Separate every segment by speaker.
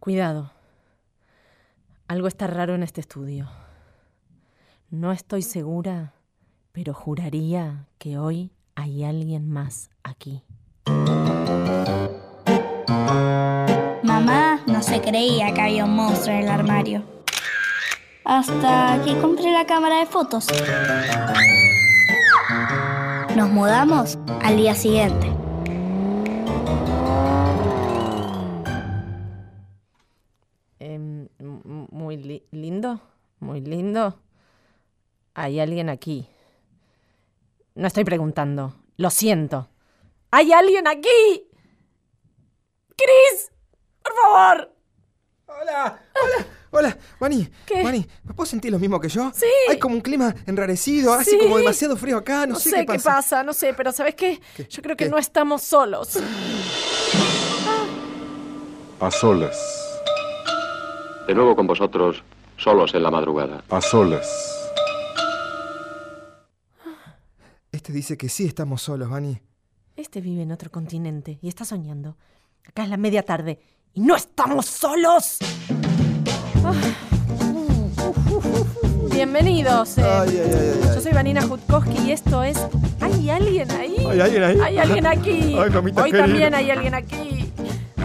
Speaker 1: Cuidado. Algo está raro en este estudio. No estoy segura, pero juraría que hoy hay alguien más aquí.
Speaker 2: Mamá no se creía que había un monstruo en el armario. Hasta que compré la cámara de fotos. Nos mudamos al día siguiente.
Speaker 1: Em, m- muy li- lindo, muy lindo. Hay alguien aquí. No estoy preguntando. Lo siento. ¡Hay alguien aquí! ¡Chris! ¡Por favor!
Speaker 3: Hola, hola, hola, Mani.
Speaker 1: ¿Qué?
Speaker 3: Mani, ¿vos sentís lo mismo que yo?
Speaker 1: Sí.
Speaker 3: Hay como un clima enrarecido,
Speaker 1: Sí.
Speaker 3: hace como demasiado frío acá, no,
Speaker 1: No
Speaker 3: sé,
Speaker 1: sé,
Speaker 3: qué pasa.
Speaker 1: no sé, pero ¿sabes qué?
Speaker 3: ¿Qué?
Speaker 1: Yo creo que
Speaker 3: ¿Qué?
Speaker 1: no estamos solos.
Speaker 4: A solas,
Speaker 5: De nuevo con vosotros, solos en la madrugada.
Speaker 4: a solas,
Speaker 3: Este dice que sí estamos solos, Mani.
Speaker 1: Este vive en otro continente y está soñando. Acá es la media tarde y no estamos solos. Ah. Bienvenidos. eh.
Speaker 3: Ay, ay, ay, ay.
Speaker 1: Yo soy Vanina Jutkowski y esto es ¿Hay alguien ahí?
Speaker 3: ¿Hay alguien ahí?
Speaker 1: Hay alguien aquí.
Speaker 3: Ay, mamita
Speaker 1: Hoy
Speaker 3: querida.
Speaker 1: también hay alguien aquí.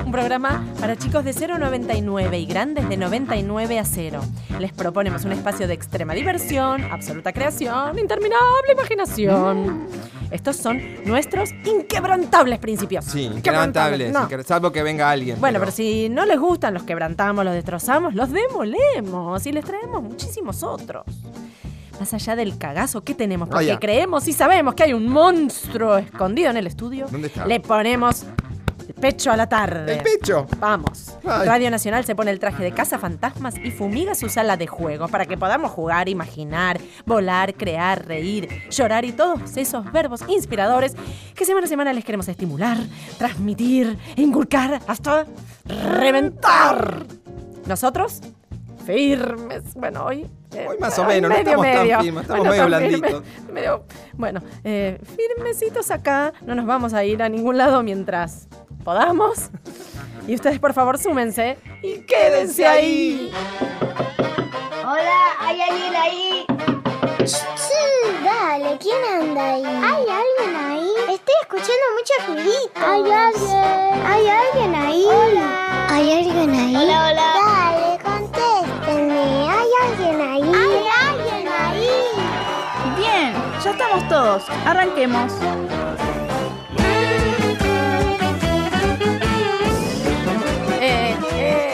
Speaker 1: Un programa para chicos de 0 a 99 y grandes de 99 a 0. Les proponemos un espacio de extrema diversión, absoluta creación, interminable
Speaker 3: Mm.
Speaker 1: imaginación. Estos son nuestros inquebrantables principios.
Speaker 6: Sí, inquebrantables.
Speaker 1: No.
Speaker 6: inquebra- Salvo que venga alguien.
Speaker 1: Bueno, pero
Speaker 6: pero-
Speaker 1: si no les gustan, los quebrantamos, los destrozamos, los demolemos y les traemos muchísimos otros. Más allá del cagazo que tenemos, porque
Speaker 6: Vaya.
Speaker 1: creemos y sabemos que hay un monstruo escondido en el estudio,
Speaker 6: ¿Dónde está?
Speaker 1: le ponemos el pecho a la tarde.
Speaker 3: ¡El pecho!
Speaker 1: Vamos.
Speaker 3: Ay.
Speaker 1: Radio Nacional se pone el traje de caza fantasmas y fumiga su sala de juego para que podamos jugar, imaginar, volar, crear, reír, llorar y todos esos verbos inspiradores que semana a semana les queremos estimular, transmitir, inculcar hasta reventar. Nosotros firmes. Bueno, hoy eh,
Speaker 6: Hoy más o menos, no estamos tan firmes, estamos medio
Speaker 1: tan firmes,
Speaker 6: blanditos.
Speaker 1: medio- bueno, eh, firmecitos acá, no nos vamos a ir a ningún lado mientras podamos. Y ustedes, por favor, súmense y quédense ahí.
Speaker 7: Hola, ¿hay alguien ahí?
Speaker 8: Sí, dale, ¿quién anda ahí?
Speaker 7: ¿Hay alguien ahí?
Speaker 8: Estoy escuchando muchos ruiditos.
Speaker 7: ¿Hay alguien?
Speaker 8: ¿Hay alguien ahí?
Speaker 7: Hola.
Speaker 8: ¿Hay alguien ahí?
Speaker 7: Hola, hola.
Speaker 8: Dale, contéstenme. ¿Hay alguien ahí?
Speaker 7: ¿Hay alguien ahí?
Speaker 2: Bien, ya estamos todos. Arranquemos.
Speaker 1: Eh, eh,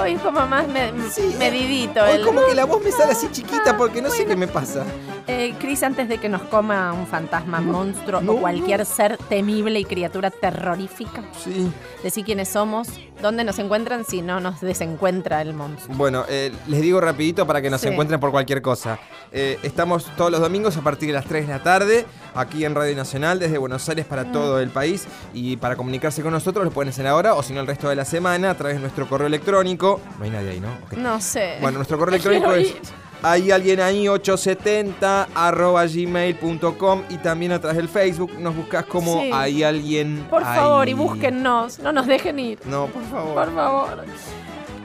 Speaker 1: Hoy es como más me-
Speaker 6: Sí.
Speaker 1: medidito.
Speaker 6: Hoy
Speaker 1: el- Ah.
Speaker 6: como que la voz me sale así chiquita porque no sé qué me pasa.
Speaker 1: Eh, Cris, antes de que nos coma un fantasma, monstruo o
Speaker 6: no.
Speaker 1: cualquier ser temible y criatura terrorífica,
Speaker 6: Sí.
Speaker 1: decir quiénes somos, dónde nos encuentran si no nos desencuentra el monstruo.
Speaker 6: Bueno, eh, les digo rapidito para que nos
Speaker 1: Sí.
Speaker 6: encuentren por cualquier cosa. Eh, estamos todos los domingos a partir de las 3 de la tarde aquí en Radio Nacional desde Buenos Aires para
Speaker 1: Mm.
Speaker 6: todo el país y para comunicarse con nosotros lo pueden hacer ahora o si no el resto de la semana a través de nuestro correo electrónico. No hay nadie ahí, ¿no? Ok.
Speaker 1: No sé.
Speaker 6: Bueno, nuestro correo
Speaker 1: Me quiero
Speaker 6: electrónico es
Speaker 1: ir.
Speaker 6: hay alguien ahí 870 arroba gmail.com y también a través del Facebook nos buscas como
Speaker 1: Sí.
Speaker 6: hay alguien
Speaker 1: Por
Speaker 6: ahí".
Speaker 1: favor, y búsquennos, no nos dejen ir.
Speaker 6: No, por favor.
Speaker 1: Por favor.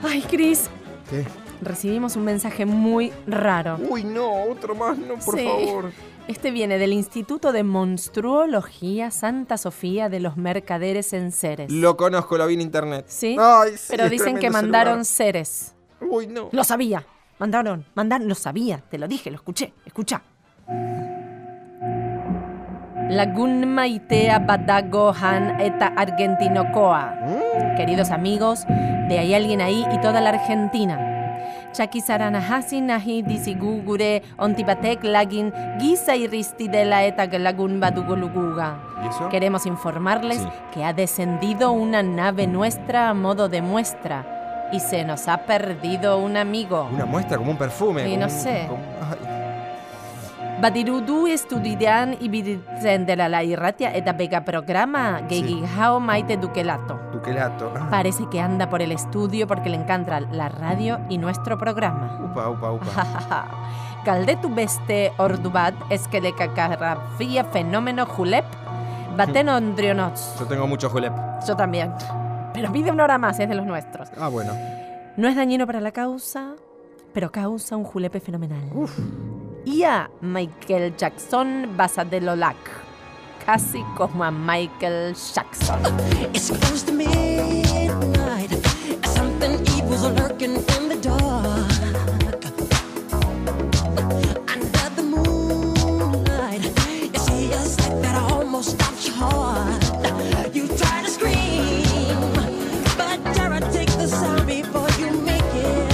Speaker 1: Ay, Cris,
Speaker 6: ¿Qué?
Speaker 1: recibimos un mensaje muy raro.
Speaker 6: Uy, no, otro más, no, por
Speaker 1: Sí.
Speaker 6: favor.
Speaker 1: Este viene del Instituto de Monstruología Santa Sofía de los Mercaderes en Ceres.
Speaker 6: Lo conozco, lo vi en internet.
Speaker 1: ¿Sí?
Speaker 6: Ay, sí,
Speaker 1: Pero
Speaker 6: es
Speaker 1: dicen
Speaker 6: tremendo
Speaker 1: que
Speaker 6: ese
Speaker 1: mandaron
Speaker 6: lugar.
Speaker 1: Ceres.
Speaker 6: Uy, no.
Speaker 1: Lo sabía. Mandaron, mandaron, lo sabía. Te lo dije, lo escuché. Escucha. Lagun Maitea Badago Han Eta Argentinocoa. Queridos amigos, de hay alguien ahí y toda la Argentina. Chakisaranahasi nahi disigugure ontibatek lagin gisa y ristidela eta lagun badugoluguga.
Speaker 6: ¿Y eso?
Speaker 1: Queremos informarles
Speaker 6: Sí.
Speaker 1: que ha descendido una nave nuestra a modo de muestra y se nos ha perdido un amigo.
Speaker 6: Una muestra, como un perfume.
Speaker 1: Sí, no
Speaker 6: como un-
Speaker 1: sé.
Speaker 6: como- ay,
Speaker 1: Badirudu estudian y biritzen de la la irratia eta bega programa geigijao maite dukelato.
Speaker 6: duquelato.
Speaker 1: Parece que anda por el estudio porque le encanta la radio y nuestro programa.
Speaker 6: Upa, upa, upa.
Speaker 1: Galdetu beste ordu bat eskelekakarrafia fenómeno julep baten ondrionotz.
Speaker 6: Yo tengo mucho julep.
Speaker 1: Yo también. pero pide una hora más, es de los nuestros.
Speaker 6: Ah, bueno.
Speaker 1: No es dañino para la causa, pero causa un julepe fenomenal. Y a Michael Jackson Basadelolac. Casi como a Michael Jackson.
Speaker 9: It's close to midnight. Something evil's lurking in the dark. Under the moonlight, you see a sight that almost stops your heart. You try to scream, but terror takes the sound before you make it.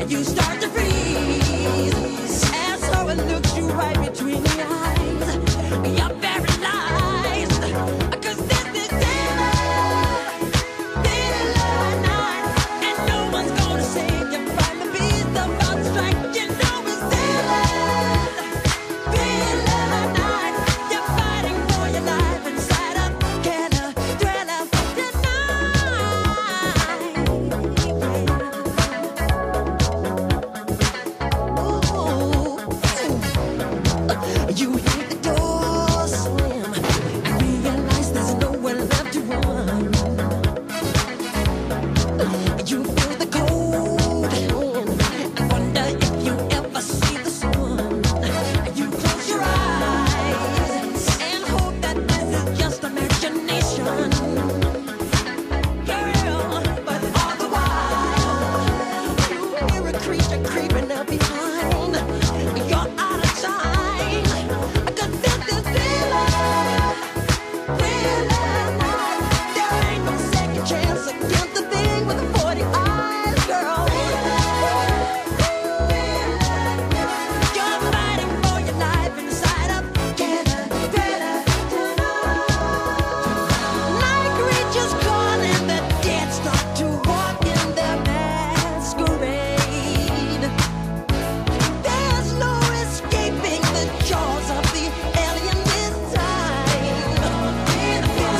Speaker 9: And you start to freeze. And so it looks you right between the eyes. You're paralyzed. 'Cause this is dealer, dealer night. And no one's gonna save you from the beast about to strike. You know it's dealer, dealer night. You're fighting for your life inside a killer, thriller tonight. You hear the door slam and realize there's nowhere left to run. You feel the cold hand and wonder if you ever see the sun. You close your eyes and hope that this is just imagination, girl. But all the while. You hear a creature creeping up behind. You're out of time. 'Cause this is daylight, daylight night. There ain't no second chance against the thing with the 40 eyes, girl. You're fighting for your life inside a killer, killer like creatures calling the dead start to walk in their masquerade. There's no escaping the jaws of the alien this time. It's a thing of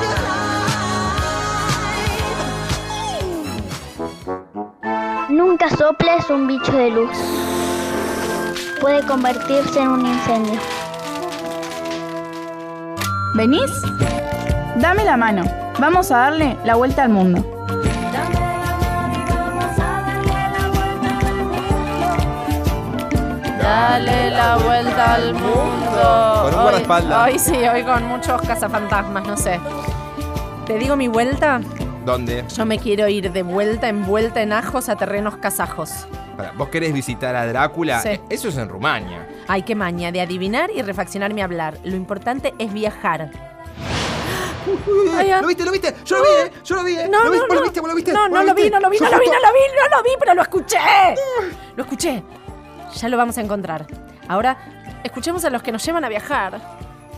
Speaker 9: your life. Ooh.
Speaker 8: Nunca soples un bicho de luz. Puede convertirse en un incendio.
Speaker 10: ¿Venís? Dame la mano. Vamos a darle la vuelta al mundo.
Speaker 1: Dale la vuelta al mundo.
Speaker 6: Con un
Speaker 1: Hoy-
Speaker 6: guardaespaldas.
Speaker 1: Hoy sí, hoy con muchos cazafantasmas, no sé. ¿Te digo mi vuelta?
Speaker 6: ¿Dónde?
Speaker 1: Yo me quiero ir de vuelta en vuelta en ajos a terrenos kazajos.
Speaker 6: Pará, ¿Vos querés visitar a Drácula? Eh,
Speaker 1: Sí.
Speaker 6: Eso es en Rumania.
Speaker 1: Hay que maña de adivinar y refaccionar mi hablar. Lo importante es viajar. Ay, ah.
Speaker 3: ¿Lo viste? ¿Lo viste? Yo lo vi, ¿eh? Yo lo vi, ¿eh?
Speaker 1: No,
Speaker 3: ¿Lo
Speaker 1: no,
Speaker 3: viste?
Speaker 1: no.
Speaker 3: ¿Vos lo viste? ¿Vos lo viste?
Speaker 1: No,
Speaker 3: ¿Vos
Speaker 1: no lo vi,
Speaker 3: viste?
Speaker 1: no lo vi,
Speaker 3: Yo
Speaker 1: no lo vi,
Speaker 3: justo-
Speaker 1: no lo vi, no lo vi, pero lo escuché.
Speaker 6: Mm.
Speaker 1: Lo escuché. Ya lo vamos a encontrar. Ahora, escuchemos a los que nos llevan a viajar.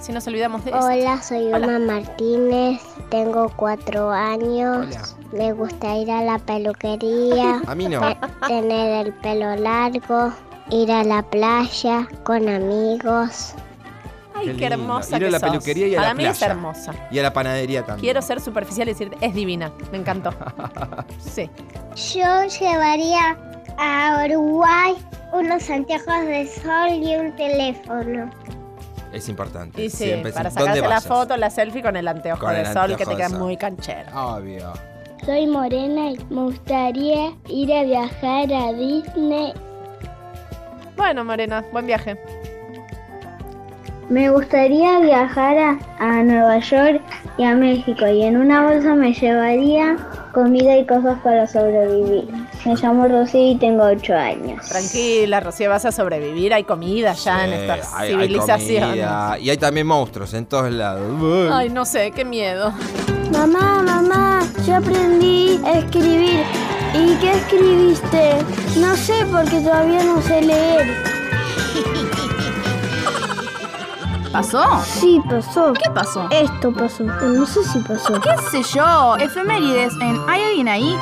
Speaker 1: Si nos olvidamos de eso.
Speaker 8: Hola, soy
Speaker 1: Hola.
Speaker 8: Uma Martínez, tengo cuatro años.
Speaker 6: Hola.
Speaker 8: Me gusta ir a la peluquería,
Speaker 6: A mí no.
Speaker 8: te- tener el pelo largo, ir a la playa con amigos.
Speaker 1: Ay,
Speaker 6: Qué
Speaker 1: qué,
Speaker 6: lindo.
Speaker 1: hermosa
Speaker 6: Ir a
Speaker 1: que
Speaker 6: la
Speaker 1: sos.
Speaker 6: peluquería y a
Speaker 1: Para
Speaker 6: la
Speaker 1: mí es
Speaker 6: playa.
Speaker 1: hermosa.
Speaker 6: Y a la panadería también.
Speaker 1: Quiero ser superficial y decirte, es divina. Me encantó. Sí.
Speaker 8: Yo llevaría a Uruguay unos anteojos de sol y un teléfono.
Speaker 6: Es importante.
Speaker 1: Y sí,
Speaker 6: Siempre,
Speaker 1: para
Speaker 6: siempre. ¿Dónde
Speaker 1: sacarse la
Speaker 6: vayas?
Speaker 1: foto, la selfie con el anteojo
Speaker 6: Con
Speaker 1: de
Speaker 6: el
Speaker 1: sol que
Speaker 6: anteojo
Speaker 1: te
Speaker 6: de
Speaker 1: queda
Speaker 6: sol.
Speaker 1: muy canchero.
Speaker 6: Obvio.
Speaker 8: Soy morena y me gustaría ir a viajar a Disney.
Speaker 1: Bueno, Morena, buen viaje.
Speaker 8: Me gustaría viajar a, a Nueva York y a México y en una bolsa me llevaría comida y cosas para sobrevivir. Me llamo Rosy y tengo 8 años.
Speaker 1: Tranquila, Rocío, vas a sobrevivir. Hay comida ya Ah, en
Speaker 6: Sí,
Speaker 1: estas
Speaker 6: Eh, hay- hay
Speaker 1: civilizaciones.
Speaker 6: comida. y hay también monstruos en todos lados.
Speaker 1: Ay, no sé, qué miedo.
Speaker 7: Mamá, mamá, yo aprendí a escribir. ¿Y qué escribiste? No sé porque todavía no sé leer.
Speaker 10: ¿Pasó?
Speaker 7: Sí, pasó.
Speaker 10: Oh. ¿Qué pasó?
Speaker 7: Esto pasó. No sé si pasó.
Speaker 10: ¿Qué sé yo? Efemérides en ¿Hay alguien ahí?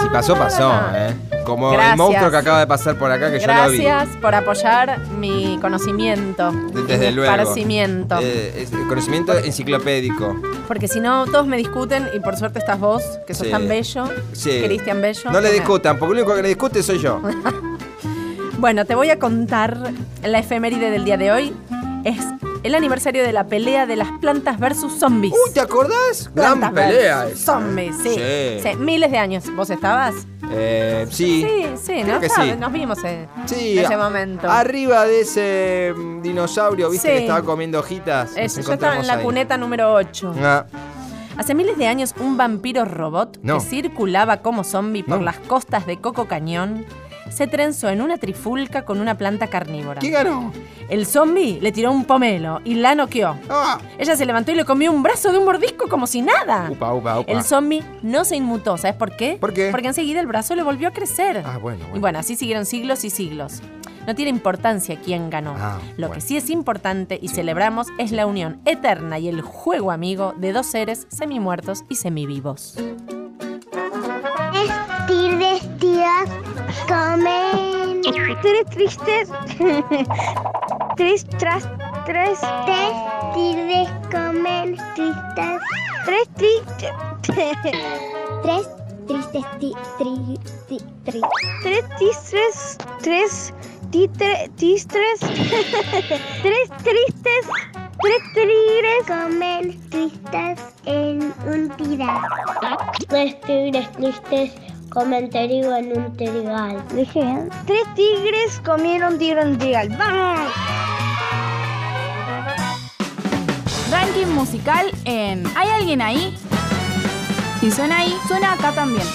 Speaker 6: Si pasó, pasó, ¿eh? Como
Speaker 1: Gracias.
Speaker 6: el monstruo que acaba de pasar por acá, que yo
Speaker 1: Gracias por apoyar mi conocimiento.
Speaker 6: lo vi. Desde
Speaker 1: mi
Speaker 6: luego.
Speaker 1: Esparcimiento.
Speaker 6: Eh, es- conocimiento enciclopédico.
Speaker 1: Porque si no, todos me discuten y por suerte estás vos, que sos
Speaker 6: Sí.
Speaker 1: tan bello.
Speaker 6: Sí.
Speaker 1: Cristian Bello.
Speaker 6: No le
Speaker 1: que me-
Speaker 6: discutan, porque el único que le discute soy yo.
Speaker 1: Bueno, te voy a contar la efeméride del día de hoy. Es el aniversario de la pelea de las plantas versus zombies.
Speaker 6: ¿Te acordás? Gran
Speaker 1: Plantas
Speaker 6: pelea.
Speaker 1: versus
Speaker 6: esa.
Speaker 1: Zombies, sí.
Speaker 6: Sí.
Speaker 1: Sí, Miles de años. ¿Vos estabas?
Speaker 6: Eh, sí.
Speaker 1: Sí, sí,
Speaker 6: Creo
Speaker 1: ¿no?
Speaker 6: que
Speaker 1: Estaba-
Speaker 6: sí.
Speaker 1: Nos vimos en,
Speaker 6: Sí,
Speaker 1: en ese
Speaker 6: a-
Speaker 1: momento.
Speaker 6: Arriba de ese mm, dinosaurio, ¿viste?
Speaker 1: Sí.
Speaker 6: Que estaba comiendo hojitas. Nos
Speaker 1: Eso, yo estaba en
Speaker 6: encontramos
Speaker 1: la
Speaker 6: ahí.
Speaker 1: cuneta número 8.
Speaker 6: Ah,
Speaker 1: Hace miles de años, un vampiro robot
Speaker 6: No.
Speaker 1: que circulaba como zombie por
Speaker 6: No.
Speaker 1: las costas de Coco Cañón se trenzó en una trifulca con una planta carnívora.
Speaker 6: ¿Quién ganó?
Speaker 1: El zombie le tiró un pomelo y la noqueó.
Speaker 6: Ah.
Speaker 1: Ella se levantó y le comió un brazo de un mordisco como si nada.
Speaker 6: Upa, upa, upa.
Speaker 1: El zombie no se inmutó, ¿sabes por qué?
Speaker 6: ¿Por qué?
Speaker 1: Porque enseguida el brazo le volvió a crecer.
Speaker 6: Ah, bueno, bueno.
Speaker 1: Y bueno, así siguieron siglos y siglos. No tiene importancia quién ganó.
Speaker 6: Ah,
Speaker 1: Lo
Speaker 6: bueno.
Speaker 1: que sí es importante y celebramos es la unión eterna y el juego amigo de dos seres semimuertos y semivivos.
Speaker 7: Tigres, tías, comen. Tres tristes. tres tras. Tres. Tres tigres comen tristes. Tres tristes. tres tristes. Ti, tri, ti, tri. Tres tristes. Tres tristes. tres tristes. Tres tigres comen tristes en un tirar. Tres tigres tristes comen trigo en un trigal. Dije Tres tigres comieron trigo en trigal. ¡Vamos!
Speaker 10: Ranking musical en ¿Hay alguien ahí? Si suena ahí, suena acá también.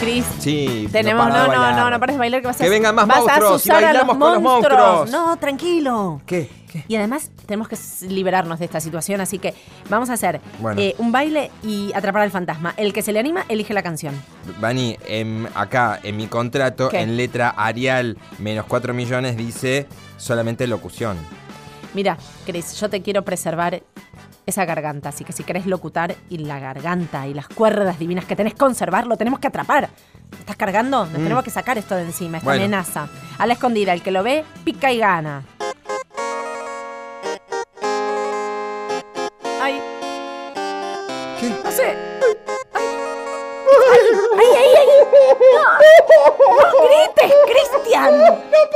Speaker 1: Cris,
Speaker 6: Sí,
Speaker 1: tenemos.
Speaker 6: para
Speaker 1: No,
Speaker 6: de
Speaker 1: no,
Speaker 6: bailar.
Speaker 1: no, no pares de bailar que vas a
Speaker 6: Que vengan más
Speaker 1: vas a
Speaker 6: monstruos y
Speaker 1: asusar a
Speaker 6: bailamos con los monstruos.
Speaker 1: No, tranquilo.
Speaker 6: ¿Qué? ¿Qué?
Speaker 1: Y además tenemos que s- liberarnos de esta situación, así que vamos a hacer
Speaker 6: Bueno.
Speaker 1: eh, un baile y atrapar al fantasma. El que se le anima, elige la canción.
Speaker 6: Bani, em, acá en mi contrato,
Speaker 1: ¿Qué?
Speaker 6: en letra Arial menos 4 millones, dice solamente locución.
Speaker 1: Mira, Cris, yo te quiero preservar esa garganta, así que si querés locutar y la garganta y las cuerdas divinas que tenés, conservarlo, tenemos que atrapar. ¿Me ¿Estás cargando? Nos tenemos que sacar esto de encima, esta
Speaker 6: Bueno.
Speaker 1: amenaza. A la escondida, el que lo ve, pica y gana. Ay. No sé. Ay. Ay, ay, ay, ay. No, no grites, Cristian.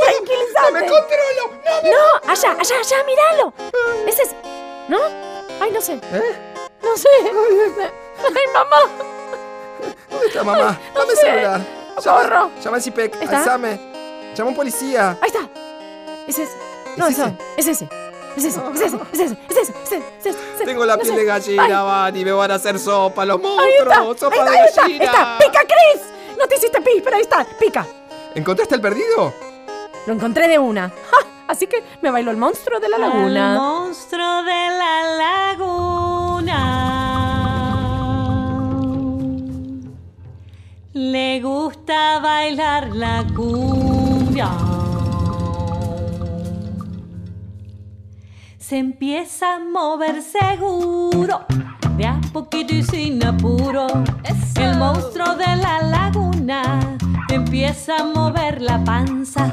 Speaker 1: Tranquilízate.
Speaker 6: controlo!
Speaker 1: No, allá, allá, allá, míralo. Ese es. ¿No? Ay, no sé.
Speaker 6: ¿Eh?
Speaker 1: No sé. Ay, mamá.
Speaker 6: ¿Dónde está mamá?
Speaker 1: no
Speaker 6: Dame el
Speaker 1: sé.
Speaker 6: celular.
Speaker 1: Socorro.
Speaker 6: Llama, llama al CIPEC.
Speaker 1: ¿Está?
Speaker 6: Alzame. Llama a un policía.
Speaker 1: Ahí está. Ese es. No,
Speaker 6: ¿Es
Speaker 1: eso.
Speaker 6: ese?
Speaker 1: Es ese. Es ese, es ese, es ese, es ese, es ese, es ese, es ese.
Speaker 6: Tengo la
Speaker 1: No
Speaker 6: piel
Speaker 1: sé.
Speaker 6: de
Speaker 1: Ay,
Speaker 6: gallina, Bani. Me van a hacer sopa los
Speaker 1: Ahí está, ahí
Speaker 6: monstruos.
Speaker 1: está,
Speaker 6: Sopa de
Speaker 1: ahí está, ahí
Speaker 6: gallina.
Speaker 1: está. ¡Pica, Chris! No te hiciste pis, pero ahí está, pica.
Speaker 6: ¿Encontraste el perdido?
Speaker 1: Lo encontré de una. ¡Ja! Así que me bailó el monstruo de la
Speaker 11: Al
Speaker 1: laguna.
Speaker 11: monstruo de la laguna. Le gusta bailar la cumbia. Se empieza a mover seguro, de a poquito y sin apuro. El monstruo de la laguna empieza a mover la panza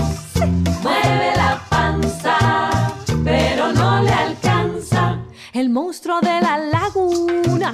Speaker 11: mueve la panza, pero no le alcanza. El monstruo de la laguna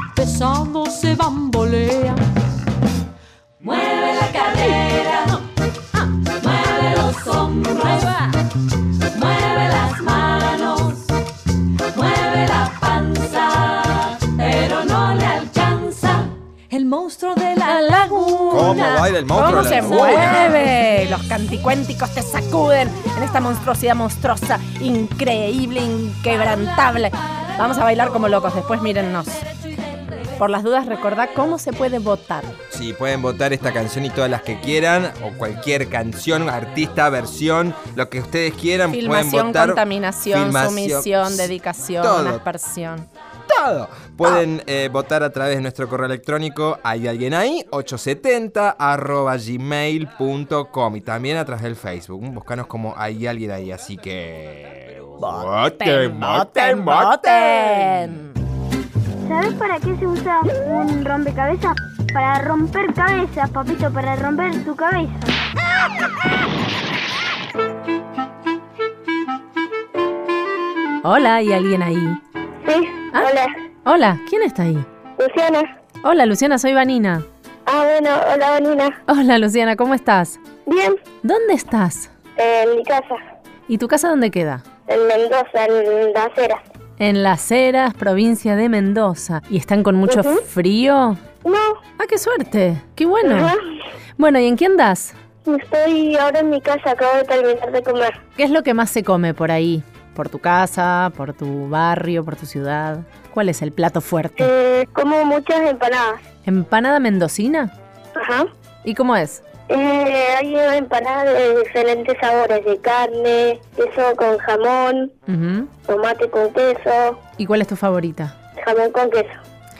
Speaker 11: pesado se bambolea. Mueve la cadera, ah, mueve los hombros, mueve las manos. Mueve la panza, pero no le alcanza. El monstruo de la laguna.
Speaker 6: ¿Cómo baila el monstruo? de la
Speaker 1: ¿Cómo se
Speaker 6: laguna?
Speaker 1: mueve? Los canticuénticos te sacuden en esta monstruosidad monstruosa, increíble, inquebrantable. Vamos a bailar como locos, después mírennos. Por las dudas, recordá cómo se puede votar.
Speaker 6: Sí, pueden votar esta canción y todas las que quieran, o cualquier canción, artista, versión, lo que ustedes quieran, pueden
Speaker 1: Filmación,
Speaker 6: votar.
Speaker 1: contaminación,
Speaker 6: Filmación,
Speaker 1: sumisión, dedicación,
Speaker 6: todo.
Speaker 1: aspersión.
Speaker 6: Todo. Pueden eh, votar a través de nuestro correo electrónico hay alguien ahí, 870 arroba gmail.com y también a través del Facebook. Búscanos como hay alguien ahí, así que... Voten, voten, voten.
Speaker 7: ¿Sabes para qué se usa un rompecabezas? Para romper cabezas, papito, para romper tu cabeza.
Speaker 1: Hola, ¿hay alguien ahí? ¿Ah?
Speaker 12: Sí, hola.
Speaker 1: Hola, ¿quién está ahí?
Speaker 12: Luciana.
Speaker 1: Hola, Luciana, soy Vanina.
Speaker 12: Ah, bueno, hola, Vanina.
Speaker 1: Hola, Luciana, ¿cómo estás?
Speaker 12: Bien. Eh.
Speaker 1: ¿Dónde estás?
Speaker 12: En mi casa,
Speaker 1: ¿Y tu casa dónde queda?
Speaker 12: en Mendoza, en la acera.
Speaker 1: En Las Heras, provincia de Mendoza. ¿Y están con mucho
Speaker 12: Ujú.
Speaker 1: frío?
Speaker 12: No.
Speaker 1: Ah, qué suerte. Qué bueno.
Speaker 12: Ajá.
Speaker 1: Bueno, ¿y en qué andas?
Speaker 12: Estoy ahora en mi casa, acabo de terminar de comer.
Speaker 1: ¿Qué es lo que más se come por ahí? ¿Por tu casa? ¿Por tu barrio? ¿Por tu ciudad? ¿Cuál es el plato fuerte?
Speaker 12: Eh, como muchas empanadas.
Speaker 1: ¿Empanada mendocina?
Speaker 12: Ajá.
Speaker 1: ¿Y cómo es?
Speaker 12: Eh, hay empanadas de diferentes sabores, de carne, queso con jamón,
Speaker 1: Ujú.
Speaker 12: tomate con queso,
Speaker 1: ¿Y cuál es tu favorita?
Speaker 12: jamón con queso.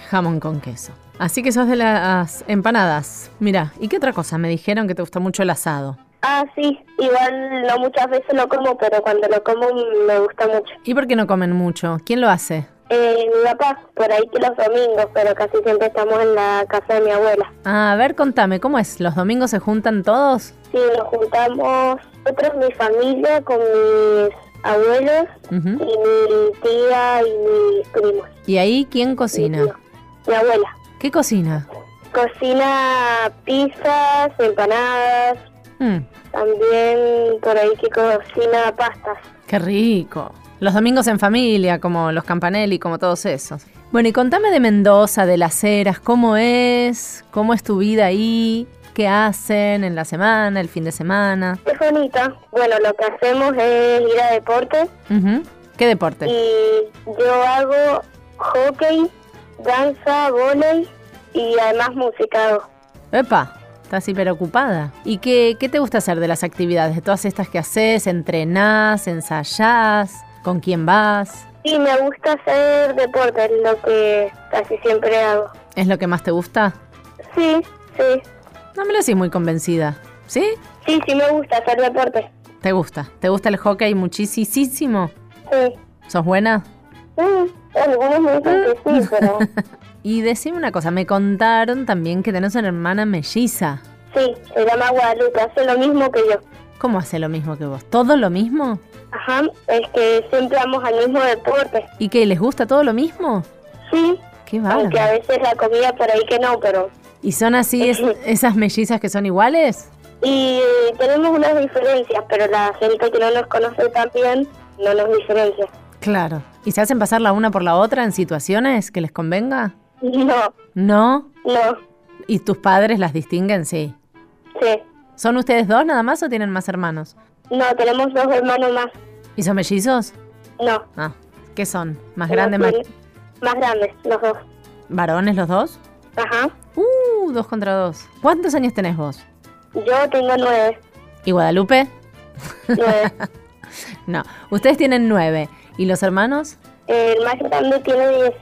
Speaker 1: Jamón con queso. Así que sos de las empanadas. Mira, ¿y qué otra cosa? Me dijeron que te gusta mucho el asado.
Speaker 12: Ah, sí, igual no muchas veces lo como, pero cuando lo como me gusta mucho.
Speaker 1: ¿Y por qué no comen mucho? ¿Quién lo hace?
Speaker 12: Eh, mi papá, por ahí que los domingos, pero casi siempre estamos en la casa de mi abuela.
Speaker 1: Ah, a ver, contame, ¿cómo es? ¿Los domingos se juntan todos?
Speaker 12: Sí, nos juntamos nosotros, mi familia, con mis abuelos y
Speaker 1: Ujú.
Speaker 12: mi tía y mis primos.
Speaker 1: ¿Y ahí quién cocina?
Speaker 12: Mi abuela
Speaker 1: ¿Qué cocina?
Speaker 12: cocina pizzas, empanadas,
Speaker 1: Mm,
Speaker 12: también por ahí que cocina pastas.
Speaker 1: qué rico. Los domingos en familia, como los campanelli, como todos esos. Bueno, y contame de Mendoza, de las Heras, ¿cómo es? ¿Cómo es tu vida ahí? ¿Qué hacen en la semana, el fin de semana?
Speaker 12: Es bonita. Bueno, lo que hacemos es ir a deportes
Speaker 1: Ujú. ¿Qué deporte?
Speaker 12: y yo hago hockey, danza, volei y además música hago.
Speaker 1: Epa, estás hiperocupada. ¿Y qué, qué te gusta hacer de las actividades, de todas estas que haces? ¿Entrenás, ensayás? ¿Con quién vas?
Speaker 12: Sí, me gusta hacer deporte, es lo que casi siempre hago.
Speaker 1: ¿Es lo que más te gusta?
Speaker 12: Sí, sí,
Speaker 1: No me lo decís muy convencida. ¿Sí?
Speaker 12: sí, sí me gusta hacer deporte.
Speaker 1: ¿Te gusta? ¿Te gusta el hockey muchísimo?
Speaker 12: Sí, Mm,
Speaker 1: ¿Sos buena?
Speaker 12: sí, algunos me dicen que sí, pero
Speaker 1: Y decime una cosa, me contaron también que tenés una hermana melliza.
Speaker 12: sí, se llama Guadalupe, hace lo mismo que yo.
Speaker 1: ¿Cómo hace lo mismo que vos? ¿Todo lo mismo?
Speaker 12: Ajá, es que siempre vamos al mismo deporte.
Speaker 1: ¿Y qué? ¿Les gusta todo lo mismo?
Speaker 12: Sí,
Speaker 1: ¡Qué
Speaker 12: aunque
Speaker 1: bárbaro!
Speaker 12: a veces la comida por ahí que no, pero...
Speaker 1: ¿Y son así es- esas mellizas que son iguales?
Speaker 12: Y eh, tenemos unas diferencias, pero la gente que no nos conoce tan bien no nos diferencia.
Speaker 1: Claro. ¿Y se hacen pasar la una por la otra en situaciones que les convenga?
Speaker 12: No,
Speaker 1: ¿No?
Speaker 12: no,
Speaker 1: ¿Y tus padres las distinguen? Sí.
Speaker 12: sí.
Speaker 1: ¿Son ustedes dos nada más o tienen más hermanos?
Speaker 12: No, tenemos dos hermanos más.
Speaker 1: ¿Y son mellizos?
Speaker 12: No.
Speaker 1: Ah, ¿qué son? ¿Más
Speaker 12: no
Speaker 1: grandes, más
Speaker 12: tiene- Más grandes, los dos.
Speaker 1: varones los dos?
Speaker 12: Ajá.
Speaker 1: Uh, dos contra dos. ¿Cuántos años tenés vos?
Speaker 12: Yo tengo nueve.
Speaker 1: ¿Y Guadalupe?
Speaker 12: nueve.
Speaker 1: No, ustedes tienen nueve. ¿Y los hermanos?
Speaker 12: el más grande tiene 18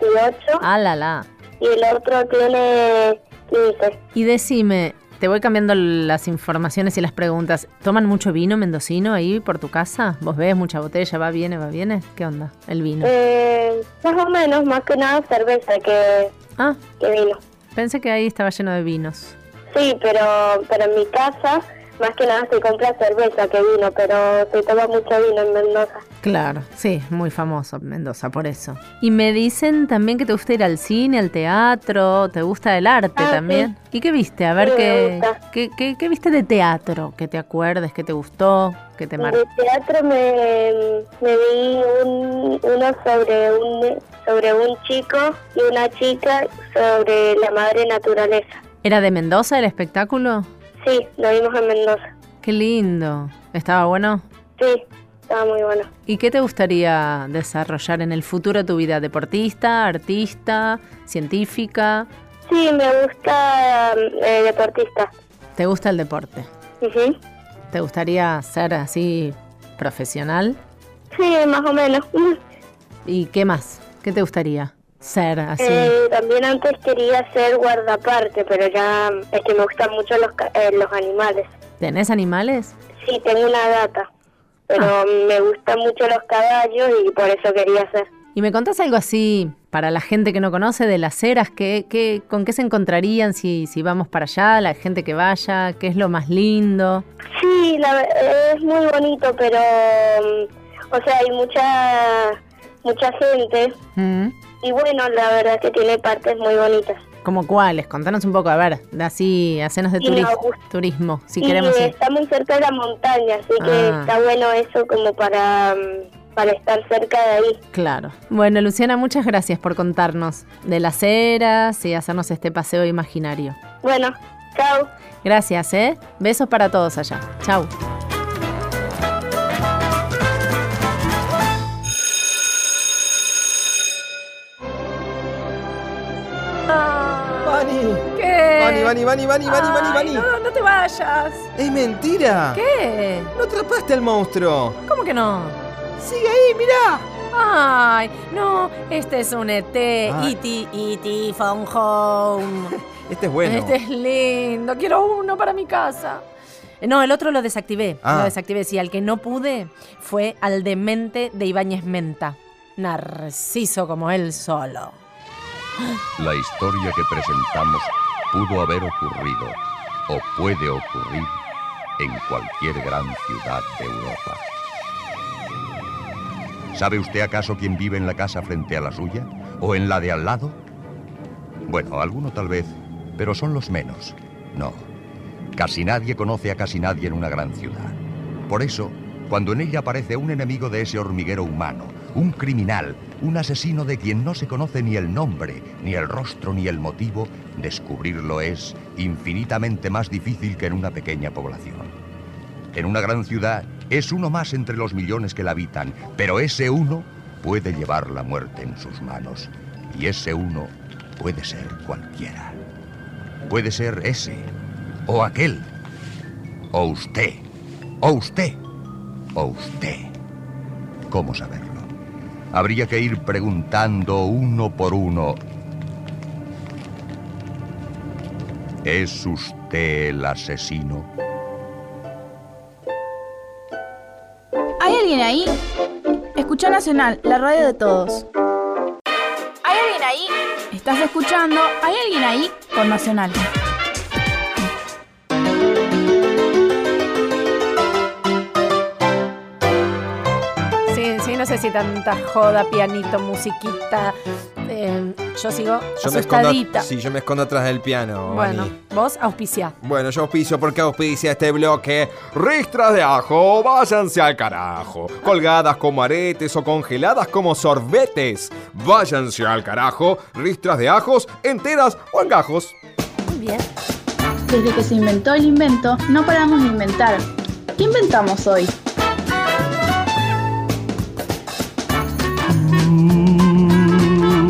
Speaker 1: Ah, la, la.
Speaker 12: y el otro tiene 15.
Speaker 1: Y decime, te voy cambiando las informaciones y las preguntas. ¿Toman mucho vino mendocino ahí por tu casa? ¿Vos ves mucha botella? ¿Va, viene, va, viene? ¿Qué onda? El vino.
Speaker 12: Eh, más o menos, más que nada cerveza que,
Speaker 1: Ah,
Speaker 12: que vino.
Speaker 1: pensé que ahí estaba lleno de vinos.
Speaker 12: Sí, pero, pero en mi casa más que nada se compra cerveza que vino, pero se toma mucho vino en Mendoza.
Speaker 1: Claro, sí, muy famoso Mendoza, por eso. Y me dicen también que te gusta ir al cine, al teatro, te gusta el arte
Speaker 12: Ah, sí.
Speaker 1: también. ¿Y qué viste? A ver
Speaker 12: Sí, me
Speaker 1: qué,
Speaker 12: gusta.
Speaker 1: qué, qué- qué viste de teatro, que te acuerdes, que te gustó, que te marcó.
Speaker 12: De teatro me, me vi un, uno sobre un, sobre un chico y una chica sobre la madre naturaleza.
Speaker 1: ¿Era de Mendoza el espectáculo?
Speaker 12: Sí, lo vimos en Mendoza.
Speaker 1: Qué lindo. ¿Estaba bueno?
Speaker 12: Sí, estaba muy bueno.
Speaker 1: ¿Y qué te gustaría desarrollar en el futuro de tu vida? ¿Deportista, artista, científica?
Speaker 12: Sí, me gusta eh, deportista.
Speaker 1: ¿Te gusta el deporte?
Speaker 12: Ujú.
Speaker 1: ¿Te gustaría ser así profesional?
Speaker 12: Sí, más o menos.
Speaker 1: ¿Y qué más? ¿Qué te gustaría ser así?
Speaker 12: Eh, también antes quería ser guardaparte, pero ya es que me gustan mucho los, ca- eh, los animales.
Speaker 1: ¿Tenés animales?
Speaker 12: Sí, tengo una gata, pero me gustan mucho los caballos y por eso quería ser.
Speaker 1: ¿Y me contás algo así para la gente que no conoce de las eras? ¿Qué, qué, ¿Con qué se encontrarían si, si vamos para allá? ¿La gente que vaya? ¿Qué es lo más lindo?
Speaker 12: Sí, la ve- es muy bonito, pero, mm, o sea, hay mucha, mucha gente
Speaker 1: Mm.
Speaker 12: y bueno, la verdad es que tiene partes muy bonitas.
Speaker 1: ¿Cómo cuáles? Contanos un poco, a ver, así, hacenos de
Speaker 12: Y me
Speaker 1: turis- turismo, si
Speaker 12: y
Speaker 1: queremos
Speaker 12: eh,
Speaker 1: ir.
Speaker 12: está muy cerca de la montaña, así que
Speaker 1: Ah.
Speaker 12: está bueno eso como para, mm, para estar cerca de ahí.
Speaker 1: Claro. Bueno, Luciana, muchas gracias por contarnos de las eras y hacernos este paseo imaginario.
Speaker 12: Bueno, chao.
Speaker 1: Gracias, ¿eh? Besos para todos allá. Chau.
Speaker 6: Vani.
Speaker 1: Ah. ¿Qué?
Speaker 6: Vani, Vani, Vani, Vani, Vani, Vani, Vani.
Speaker 1: No, no te vayas.
Speaker 6: ¡Es mentira!
Speaker 1: ¿Qué?
Speaker 6: ¡No atrapaste al monstruo!
Speaker 1: ¿Cómo que no?
Speaker 3: Sigue ahí, mirá.
Speaker 1: Ay, no, este es un E ET.
Speaker 6: Ay.
Speaker 1: E.T., E.T., Phone Home.
Speaker 6: Este es bueno.
Speaker 1: Este es lindo. Quiero uno para mi casa. No, el otro lo desactivé.
Speaker 6: Ah.
Speaker 1: Lo desactivé. Sí, al que no pude fue al demente de Ibáñez Menta. Narciso como él solo.
Speaker 13: La historia que presentamos pudo haber ocurrido o puede ocurrir en cualquier gran ciudad de Europa. ¿Sabe usted acaso quién vive en la casa frente a la suya o en la de al lado? Bueno, alguno tal vez, pero son los menos. No. Casi nadie conoce a casi nadie en una gran ciudad. Por eso, cuando en ella aparece un enemigo de ese hormiguero humano, un criminal, un asesino de quien no se conoce ni el nombre, ni el rostro, ni el motivo, descubrirlo es infinitamente más difícil que en una pequeña población. En una gran ciudad es uno más entre los millones que la habitan, pero ese uno puede llevar la muerte en sus manos. Y ese uno puede ser cualquiera. Puede ser ese, o aquel, o usted, o usted, o usted. ¿Cómo saberlo? Habría que ir preguntando uno por uno. ¿Es usted el asesino?
Speaker 10: ¿Hay alguien ahí? Escucha Nacional, la radio de todos. ¿Hay alguien ahí? Estás escuchando ¿Hay alguien ahí? por Nacional.
Speaker 1: Sí, sí, no sé si tanta joda, pianito, musiquita. Eh, yo sigo asustadita.
Speaker 6: sí, yo me escondo atrás del piano.
Speaker 1: bueno,
Speaker 6: Vani.
Speaker 1: vos auspiciá.
Speaker 6: Bueno, yo auspicio porque auspicia este bloque. Ristras de ajo, váyanse al carajo. Colgadas como aretes o congeladas como sorbetes. Váyanse al carajo. Ristras de ajos, enteras o en gajos.
Speaker 1: Muy bien.
Speaker 14: Desde que se inventó el invento, no paramos de inventar. ¿Qué inventamos hoy?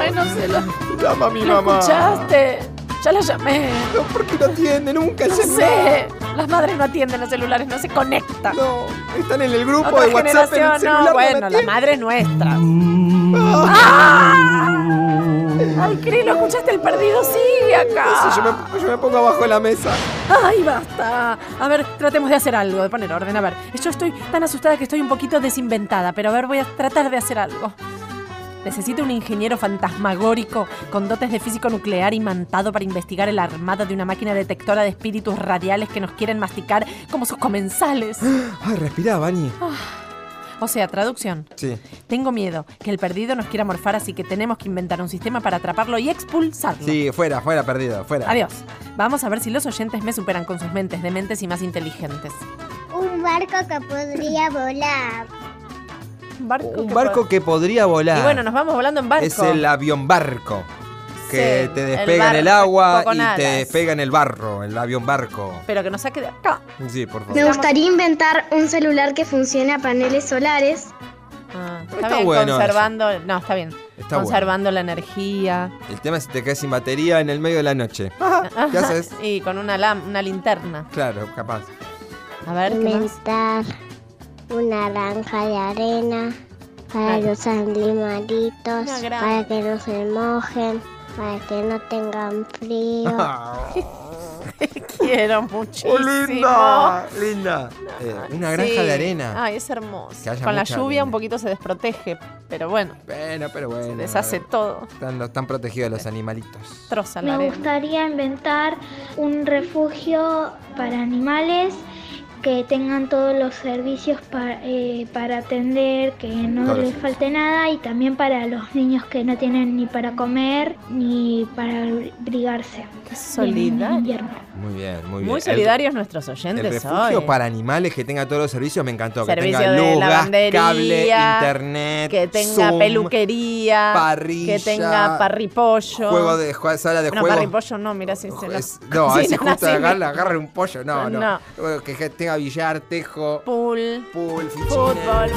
Speaker 1: Ay, no sé, lo,
Speaker 6: Llama a mi
Speaker 1: lo
Speaker 6: mamá.
Speaker 1: escuchaste. Ya la llamé.
Speaker 6: No, porque no atiende nunca el
Speaker 1: No sé.
Speaker 6: celular.
Speaker 1: Las madres no atienden los celulares, no se conectan.
Speaker 6: No, están en el grupo
Speaker 1: Otra
Speaker 6: de WhatsApp. en
Speaker 1: generación,
Speaker 6: el celular
Speaker 1: no.
Speaker 6: no
Speaker 1: Bueno,
Speaker 6: me
Speaker 1: las madres nuestras. ¡Ah! Ay, Cris, ¿lo escuchaste? El perdido sigue acá.
Speaker 6: Sí, yo, me, yo me pongo abajo de la mesa.
Speaker 1: Ay, basta. A ver, tratemos de hacer algo, de poner orden. A ver, yo estoy tan asustada que estoy un poquito desinventada, pero a ver, voy a tratar de hacer algo. Necesito un ingeniero fantasmagórico con dotes de físico nuclear imantado para investigar el armada de una máquina detectora de espíritus radiales que nos quieren masticar como sus comensales.
Speaker 6: Ay, respirá, Vani.
Speaker 1: O sea, traducción.
Speaker 6: Sí.
Speaker 1: Tengo miedo que el perdido nos quiera morfar, así que tenemos que inventar un sistema para atraparlo y expulsarlo.
Speaker 6: Sí, fuera, fuera, perdido, fuera.
Speaker 1: Adiós. Vamos a ver si los oyentes me superan con sus mentes dementes y más inteligentes.
Speaker 15: Un barco que podría volar.
Speaker 1: Un barco,
Speaker 6: Un barco que podría volar. Ah.
Speaker 1: Y bueno, nos vamos volando en barco.
Speaker 6: Es el avión barco. que
Speaker 1: Sí,
Speaker 6: te
Speaker 1: el
Speaker 6: despega en
Speaker 1: bar-
Speaker 6: el agua
Speaker 1: con
Speaker 6: y te
Speaker 1: alas.
Speaker 6: despega en el barro, el avión barco.
Speaker 1: Pero que nos saque de acá.
Speaker 6: Sí, por favor.
Speaker 16: Me gustaría inventar un celular que funcione a paneles solares.
Speaker 1: Ah, está,
Speaker 6: está
Speaker 1: bien,
Speaker 6: bueno
Speaker 1: conservando. No, está bien.
Speaker 6: Está
Speaker 1: conservando la energía.
Speaker 6: El tema es si te quedas sin batería en el medio de la noche. ¿Qué
Speaker 1: Ajá,
Speaker 6: haces?
Speaker 1: Y con una, lam- una linterna.
Speaker 6: Claro, capaz.
Speaker 1: A ver, ¿qué más?
Speaker 15: Inventar una granja de arena para
Speaker 1: Claro.
Speaker 15: los animalitos,
Speaker 1: Una granja.
Speaker 15: para que no se mojen, para que no tengan frío.
Speaker 1: Quiero muchísimo.
Speaker 6: ¡Oh, linda! ¡Linda! Eh, una granja
Speaker 1: Sí.
Speaker 6: de arena.
Speaker 1: Ay, es hermoso.
Speaker 6: Que haya
Speaker 1: Con la
Speaker 6: mucha
Speaker 1: lluvia
Speaker 6: arena.
Speaker 1: un poquito se desprotege, pero bueno.
Speaker 6: Bueno, pero bueno.
Speaker 1: Se deshace todo.
Speaker 6: Están, están protegidos los animalitos.
Speaker 1: Troza la
Speaker 17: Me
Speaker 1: arena.
Speaker 17: gustaría inventar un refugio para animales que tengan todos los servicios pa- eh, para atender, que no
Speaker 18: Todos los
Speaker 17: les falte nada y también para los niños que no tienen ni para comer ni para abrigarse. en
Speaker 1: solidario.
Speaker 17: invierno.
Speaker 6: Muy bien, muy bien.
Speaker 1: Muy
Speaker 6: El-
Speaker 1: solidarios nuestros
Speaker 6: El
Speaker 1: oyentes
Speaker 6: refugio
Speaker 1: hoy.
Speaker 6: para animales que tenga todos los servicios me encantó.
Speaker 1: Servicio
Speaker 6: que tenga
Speaker 1: de
Speaker 6: luz, gas,
Speaker 1: lavandería,
Speaker 6: cable, internet,
Speaker 1: que tenga
Speaker 6: Zoom,
Speaker 1: peluquería,
Speaker 6: parrilla,
Speaker 1: que tenga parripollo.
Speaker 6: juego de jue- sala de
Speaker 1: no,
Speaker 6: juegos.
Speaker 1: parripollo no, mira si se
Speaker 6: Es- no, a
Speaker 1: si
Speaker 6: veces
Speaker 1: no,
Speaker 6: justo
Speaker 1: si me-
Speaker 6: agarra, agarra un pollo. No, no.
Speaker 1: No.
Speaker 6: Bueno, Que je- tenga billar, tejo.
Speaker 1: Pool.
Speaker 6: Pool, fichines.
Speaker 1: Fútbol,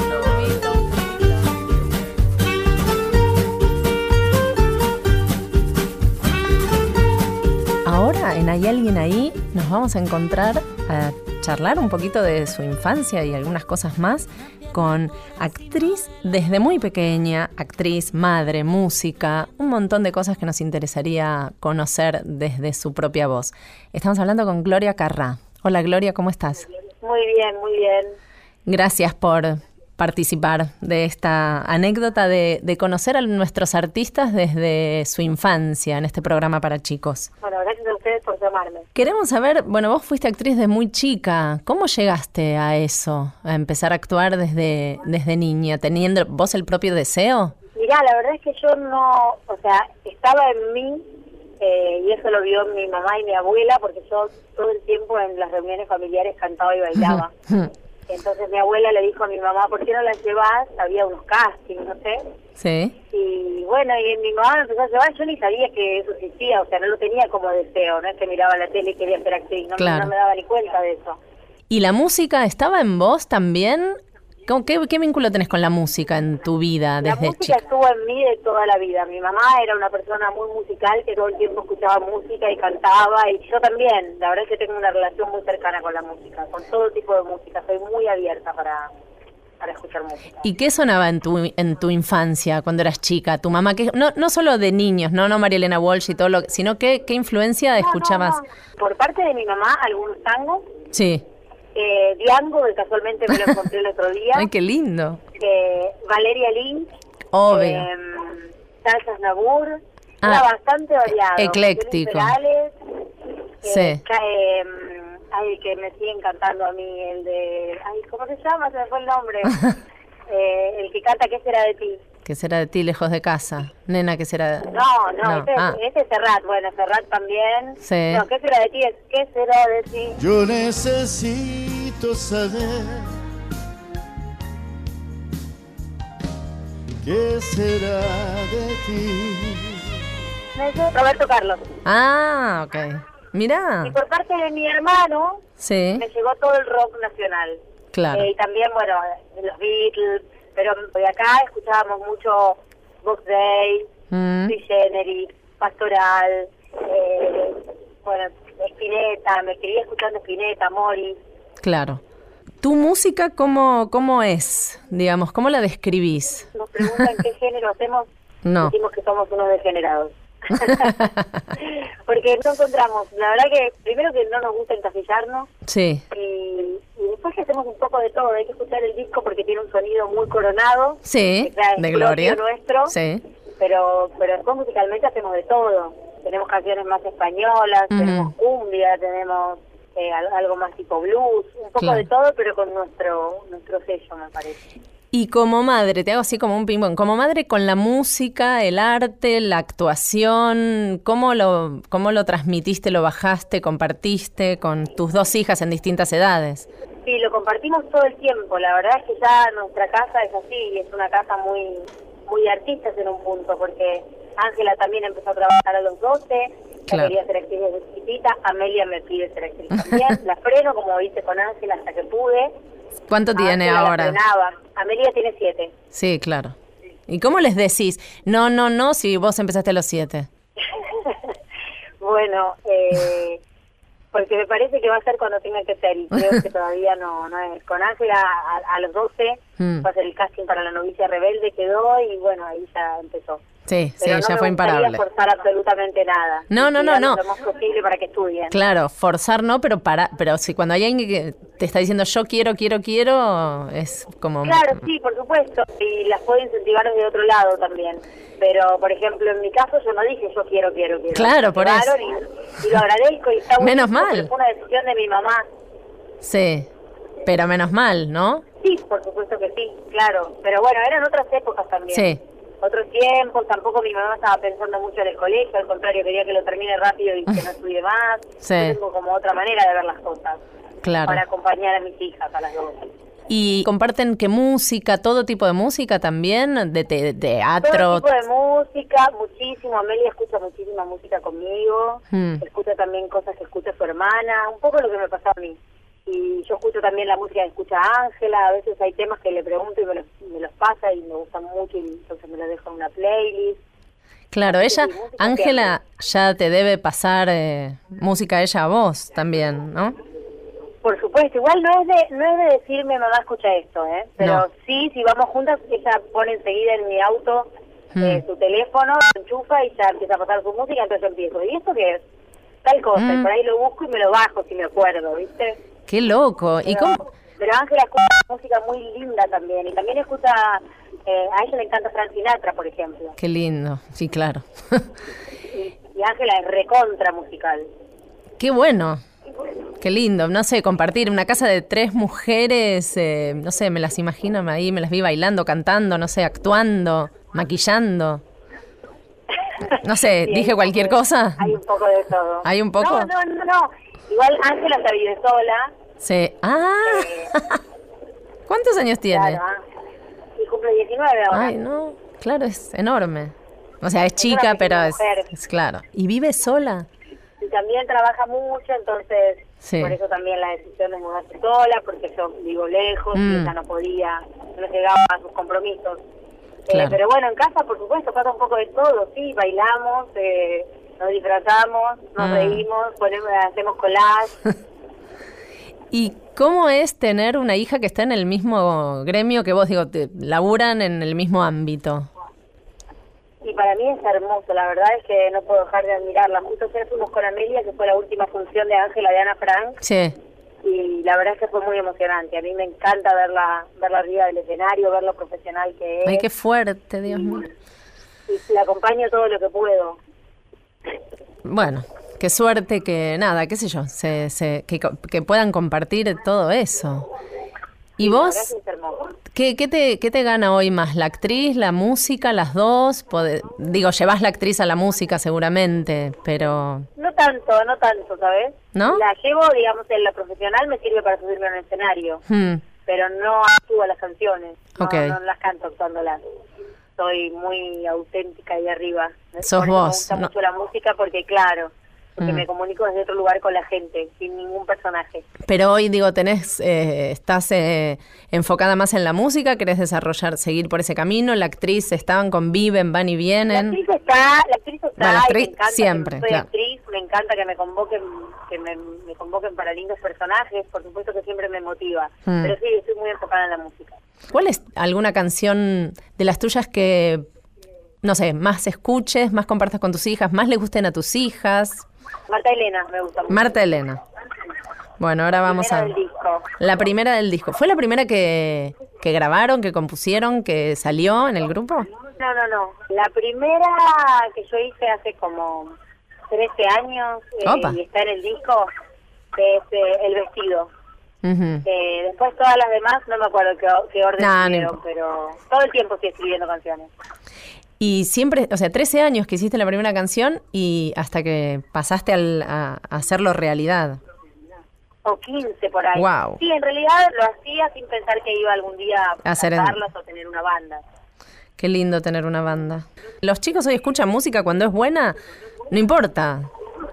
Speaker 1: Ahora en Hay alguien ahí nos vamos a encontrar a charlar un poquito de su infancia y algunas cosas más con actriz desde muy pequeña, actriz, madre, música, un montón de cosas que nos interesaría conocer desde su propia voz. Estamos hablando con Gloria Carrá. Hola Gloria, ¿cómo estás?
Speaker 19: Muy bien, muy bien.
Speaker 1: Gracias por participar de esta anécdota de, de conocer a nuestros artistas desde su infancia en este programa para chicos.
Speaker 19: Bueno, gracias a ustedes por llamarme.
Speaker 1: Queremos saber, bueno, vos fuiste actriz de muy chica, ¿cómo llegaste a eso, a empezar a actuar desde, desde niña, teniendo vos el propio deseo?
Speaker 19: Mirá, la verdad es que yo no, o sea, estaba en mí, eh, y eso lo vio mi mamá y mi abuela, porque yo todo el tiempo en las reuniones familiares cantaba y bailaba. Entonces mi abuela le dijo a mi mamá, ¿por qué no la llevas? Había unos castings, no sé.
Speaker 1: Sí.
Speaker 19: Y bueno, y mi mamá me empezó a llevar, yo ni sabía que eso existía, o sea, no lo tenía como deseo, no es que miraba la tele y quería ser actriz, no,
Speaker 1: Claro.
Speaker 19: no me daba ni cuenta de eso.
Speaker 1: ¿Y la música estaba en vos también? ¿Con ¿Qué, qué vínculo tenés con la música en tu vida
Speaker 19: La
Speaker 1: desde
Speaker 19: música
Speaker 1: chica?
Speaker 19: estuvo en mí de toda la vida. Mi mamá era una persona muy musical que todo el tiempo escuchaba música y cantaba y yo también. La verdad es que tengo una relación muy cercana con la música, con todo tipo de música. Soy muy abierta para, para escuchar música.
Speaker 1: ¿Y qué sonaba en tu, en tu infancia, cuando eras chica? Tu mamá, que, no, no solo de niños, no, no María Elena Walsh y todo lo sino que, qué influencia escuchabas.
Speaker 19: Por parte de mi mamá, algunos tangos.
Speaker 1: Sí.
Speaker 19: Eh, Diango, que casualmente me lo encontré el otro día.
Speaker 1: Ay, qué lindo.
Speaker 19: Eh, Valeria Lynch.
Speaker 1: Obvio.
Speaker 19: em, Salsas Nabur.
Speaker 1: Ah.
Speaker 19: Era bastante variado.
Speaker 1: Ecléctico.
Speaker 19: Perales,
Speaker 1: Sí.
Speaker 19: Ca- eh, ay, que me sigue encantando a mí, el de... Ay, ¿cómo se llama? Se me fue el nombre. Eh, el que canta ¿Qué será de ti?
Speaker 1: ¿Qué será de ti lejos de casa? Nena, ¿qué será de.?
Speaker 19: No, no,
Speaker 1: No,
Speaker 19: eh, Ese, es-
Speaker 1: ah.
Speaker 19: ese es Serrat. Bueno, Serrat también.
Speaker 1: Sí.
Speaker 19: No, ¿Qué será de ti? Es, ¿Qué será de ti?
Speaker 20: Yo necesito saber qué será de ti.
Speaker 19: Roberto Carlos.
Speaker 1: Ah, ok. Mirá.
Speaker 19: Y por parte de mi
Speaker 1: Ah.
Speaker 19: hermano,
Speaker 1: Sí,
Speaker 19: me llegó todo el rock nacional.
Speaker 1: claro.
Speaker 19: Eh, y también, bueno, los Beatles, pero de acá escuchábamos mucho Box Day,
Speaker 1: Mm.
Speaker 19: Sui Generis, Pastoral, eh, bueno, Spinetta, me quería escuchando Spinetta, Mori.
Speaker 1: Claro. ¿Tu música cómo, cómo es? Digamos, ¿cómo la describís?
Speaker 19: Nos preguntan qué género hacemos,
Speaker 1: No.
Speaker 19: decimos que somos unos degenerados. Porque no encontramos, la verdad que primero que no nos gusta encasillarnos,
Speaker 1: Sí,
Speaker 19: y, y después que hacemos un poco de todo, hay que escuchar el disco porque tiene un sonido muy coronado,
Speaker 1: sí,
Speaker 19: O sea, es
Speaker 1: de Gloria.
Speaker 19: propio nuestro.
Speaker 1: Sí,
Speaker 19: pero pero después musicalmente hacemos de todo. Tenemos canciones más españolas,
Speaker 1: Ujú.
Speaker 19: tenemos cumbia, tenemos eh, al- algo más tipo blues, un poco
Speaker 1: Claro.
Speaker 19: de todo, pero con nuestro nuestro sello, me parece.
Speaker 1: Y como madre, te hago así como un ping-pong, como madre con la música, el arte, la actuación, ¿cómo lo, ¿cómo lo transmitiste, lo bajaste, compartiste con tus dos hijas en distintas edades?
Speaker 19: Sí, lo compartimos todo el tiempo. La verdad es que ya nuestra casa es así, es una casa muy muy de artistas en un punto, porque Ángela también empezó a trabajar a los 12, yo
Speaker 1: Claro.
Speaker 19: quería ser actriz desde chiquitita, Amelia me pide ser actriz también, la freno como hice con Ángela hasta que pude.
Speaker 1: ¿Cuánto tiene
Speaker 19: Ángela Ah, la
Speaker 1: ahora?
Speaker 19: frenaba. Amelia tiene siete.
Speaker 1: Sí, claro. ¿Y cómo les decís? No, no, no, si vos empezaste a los siete.
Speaker 19: Bueno, eh, porque me parece que va a ser cuando tenga que ser y creo que todavía no, no es. Con Ángela a, a los 12
Speaker 1: Mm.
Speaker 19: va a ser el casting para la novicia rebelde, quedó y bueno, ahí ya empezó.
Speaker 1: Sí, sí,
Speaker 19: Pero no
Speaker 1: ya
Speaker 19: me
Speaker 1: fue
Speaker 19: gustaría
Speaker 1: imparable.
Speaker 19: forzar absolutamente nada.
Speaker 1: No, no, no,
Speaker 19: Cuidar
Speaker 1: no.
Speaker 19: Lo más posible para que estudien.
Speaker 1: Claro, forzar no, pero para, pero si cuando hay alguien que te está diciendo yo quiero, quiero, quiero, es como
Speaker 19: Claro, sí, por supuesto. Y las puedo incentivar desde otro lado también. Pero, por ejemplo, en mi caso yo no dije yo quiero, quiero, quiero.
Speaker 1: Claro, por eso.
Speaker 19: Llegaron Y, y lo agradezco y está
Speaker 1: Menos
Speaker 19: buenísimo,
Speaker 1: mal.
Speaker 19: porque Fue una decisión de mi mamá.
Speaker 1: sí, pero menos mal, ¿no?
Speaker 19: Sí, por supuesto que sí, claro. Pero bueno, eran otras épocas también.
Speaker 1: Sí,
Speaker 19: Otros tiempos, tampoco mi mamá estaba pensando mucho en el colegio, al contrario, quería que lo termine rápido y que no estudie más.
Speaker 1: Sí.
Speaker 19: Yo Tengo como otra manera de ver las cosas.
Speaker 1: claro.
Speaker 19: Para acompañar a mis hijas, a las dos.
Speaker 1: Y comparten qué música, todo tipo de música también, de, te- de
Speaker 19: Todo
Speaker 1: teatro.
Speaker 19: tipo de música, muchísimo. Amelia escucha muchísima música conmigo.
Speaker 1: Hmm.
Speaker 19: Escucha también cosas que escucha su hermana. Un poco lo que me pasó a mí. Y yo escucho también la música que escucha Ángela. A veces hay temas que le pregunto y me los, me los pasa y me gustan mucho. Y entonces me los dejo en una playlist.
Speaker 1: Claro, ella,
Speaker 19: música que
Speaker 1: Ángela, ya te debe pasar eh, música ella a vos también, ¿no?
Speaker 19: Por supuesto, igual no es de no es de decirme mamá escucha esto, ¿eh? Pero
Speaker 1: No.
Speaker 19: sí, si vamos juntas, ella pone enseguida en mi auto eh,
Speaker 1: Mm.
Speaker 19: su teléfono, lo enchufa y ya empieza a pasar su música, entonces yo empiezo. ¿Y esto qué es? Tal cosa, y
Speaker 1: Mm.
Speaker 19: por ahí lo busco y me lo bajo si me acuerdo, ¿viste?
Speaker 1: Qué loco. Oh, ¿Y
Speaker 19: Pero-
Speaker 1: cómo?
Speaker 19: Pero Ángela escucha música muy linda también, y también escucha, eh, a ella le encanta Frank Sinatra, por ejemplo,
Speaker 1: Qué lindo, sí, claro.
Speaker 19: y y Ángela es recontra musical.
Speaker 1: Qué bueno. Qué lindo, no sé, compartir una casa de tres mujeres, eh, no sé, me las imagino ahí, me las vi bailando, cantando, no sé, actuando, maquillando. No sé,
Speaker 19: Sí, hay
Speaker 1: dije
Speaker 19: un
Speaker 1: cualquier
Speaker 19: poco de-
Speaker 1: cosa.
Speaker 19: Hay un poco de todo.
Speaker 1: ¿Hay un poco?
Speaker 19: No, no, no, no. Igual Ángela se vive sola.
Speaker 1: Se- Ah, ¿cuántos años tiene?
Speaker 19: Claro, ah. y cumple 19 ahora.
Speaker 1: Ay, no, claro, es enorme. O sea, es
Speaker 19: Es una
Speaker 1: chica, pero
Speaker 19: pequeña
Speaker 1: es,
Speaker 19: mujer.
Speaker 1: es claro. ¿Y vive sola?
Speaker 19: Y también trabaja mucho, entonces
Speaker 1: Sí.
Speaker 19: por eso también la decisión de mudarse sola, porque yo vivo lejos
Speaker 1: Mm.
Speaker 19: y ella no podía, no llegaba a sus compromisos. Eh,
Speaker 1: Claro.
Speaker 19: pero bueno, en casa, por supuesto, pasa un poco de todo, sí, bailamos, eh, nos disfrazamos, nos
Speaker 1: Mm.
Speaker 19: reímos, ponemos, hacemos collage.
Speaker 1: ¿Y cómo es tener una hija que está en el mismo gremio que vos? Digo, te- laburan en el mismo ámbito.
Speaker 19: Y para mí es hermoso, la verdad es que no puedo dejar de admirarla. Justo ayer fuimos con Amelia, que fue la última función de Ángela de Ana Frank,
Speaker 1: Sí.
Speaker 19: y la verdad es que fue muy emocionante. A mí me encanta verla, verla arriba del escenario, ver lo profesional que es.
Speaker 1: Ay, qué fuerte, Dios mío.
Speaker 19: Y la acompaño todo lo que puedo.
Speaker 1: Bueno, qué suerte que nada, qué sé yo, se, se- que, co- que puedan compartir todo eso. ¿Y
Speaker 19: La
Speaker 1: vos
Speaker 19: verdad es que es hermoso.
Speaker 1: qué, qué te, qué te gana hoy más? ¿La actriz, la música, las dos? Pode- digo, llevas la actriz a la música seguramente, pero...
Speaker 19: No tanto, no tanto, ¿sabes?
Speaker 1: ¿No?
Speaker 19: La llevo, digamos, en la profesional me sirve para subirme a un escenario,
Speaker 1: hmm,
Speaker 19: pero no actúo las canciones, no,
Speaker 1: Ok.
Speaker 19: no las canto actuándolas. Soy muy auténtica ahí arriba.
Speaker 1: Sos vos,
Speaker 19: Por eso Me gusta
Speaker 1: no-
Speaker 19: mucho la música porque, claro, porque
Speaker 1: Mm.
Speaker 19: me comunico desde otro lugar con la gente, sin ningún personaje.
Speaker 1: pero hoy digo, tenés, eh, estás eh, enfocada más en la música, querés desarrollar, seguir por ese camino, la actriz, estaban, conviven, van y
Speaker 19: La
Speaker 1: vienen.
Speaker 19: actriz está, la actriz está,
Speaker 1: Bueno, la
Speaker 19: y
Speaker 1: actriz
Speaker 19: me encanta que
Speaker 1: siempre,
Speaker 19: soy
Speaker 1: claro.
Speaker 19: actriz, me encanta que me convoquen, que me, me convoquen para lindos personajes, por supuesto que siempre me motiva,
Speaker 1: Mm.
Speaker 19: pero sí, estoy muy enfocada en la música.
Speaker 1: ¿Cuál es alguna canción de las tuyas que, no sé, más escuches, más compartas con tus hijas, más le gusten a tus hijas?
Speaker 19: Marta Elena me gusta mucho.
Speaker 1: Marta Elena. Bueno, ahora vamos
Speaker 19: Primera
Speaker 1: a...
Speaker 19: del disco.
Speaker 1: La primera del disco. ¿Fue la primera que, que grabaron, que compusieron, que salió en el grupo?
Speaker 19: No, no, no. La primera que yo hice hace como 13 años eh,
Speaker 1: Opa.
Speaker 19: y está en el disco que es eh, El Vestido.
Speaker 1: Ujú.
Speaker 19: Eh, después todas las demás, no me acuerdo qué, o- qué orden
Speaker 1: Nah, no
Speaker 19: siguieron,
Speaker 1: importa.
Speaker 19: pero todo el tiempo estoy escribiendo canciones.
Speaker 1: Y siempre, o sea, 13 años que hiciste la primera canción y hasta que pasaste al- a, a hacerlo realidad.
Speaker 19: O 15 por ahí.
Speaker 1: Guau.
Speaker 19: Sí, en realidad lo hacía sin pensar que iba algún día a
Speaker 1: Hacer en-
Speaker 19: cantarlas o tener una banda.
Speaker 1: Qué lindo tener una banda. Los chicos hoy escuchan música cuando es buena, no importa.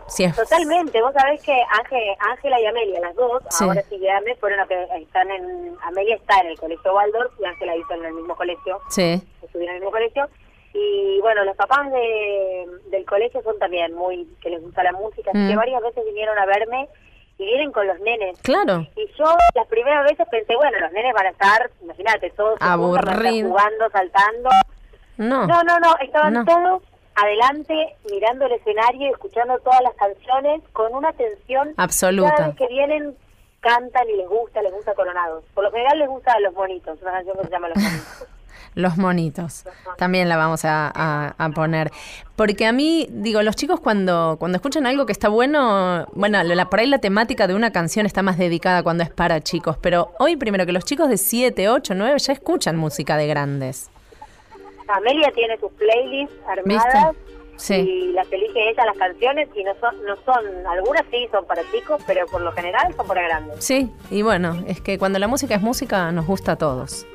Speaker 1: Si es
Speaker 19: Totalmente, vos sabés que Ángel- Ángela y Amelia, las dos,
Speaker 1: Sí.
Speaker 19: ahora sí grandes, fueron las que están en. Amelia está en el colegio Waldorf y Ángela hizo en el mismo colegio,
Speaker 1: Sí.
Speaker 19: estuvieron en el mismo colegio. Y bueno, los papás de, del colegio son también muy. que les gusta la música, así
Speaker 1: Mm.
Speaker 19: que varias veces vinieron a verme y vienen con los nenes.
Speaker 1: Claro.
Speaker 19: Y yo las primeras veces pensé, bueno, los nenes van a estar, imagínate, todos se juntan, van a estar
Speaker 1: Aburrido.
Speaker 19: jugando, saltando.
Speaker 1: No.
Speaker 19: no, no, no, estaban
Speaker 1: No.
Speaker 19: todos adelante, mirando el escenario, y escuchando todas las canciones con una atención
Speaker 1: Absoluta.
Speaker 19: Cada vez que vienen cantan y les gusta, les gusta Coronados. Por lo general les gusta Los Bonitos, una canción que se llama Los Bonitos.
Speaker 1: Los monitos. También la vamos a, a- a poner. Porque a mí, digo, los chicos cuando, cuando escuchan algo que está bueno, bueno, la, por ahí la temática de una canción está más dedicada cuando es para chicos. Pero hoy primero que los chicos de 7, 8, 9 ya escuchan música de grandes.
Speaker 19: Amelia tiene sus playlists armadas.
Speaker 1: Sí.
Speaker 19: Y las elige ella las canciones y no son, no son, algunas sí son para chicos, pero por lo general son para grandes.
Speaker 1: Sí, y bueno, es que cuando la música es música nos gusta a todos.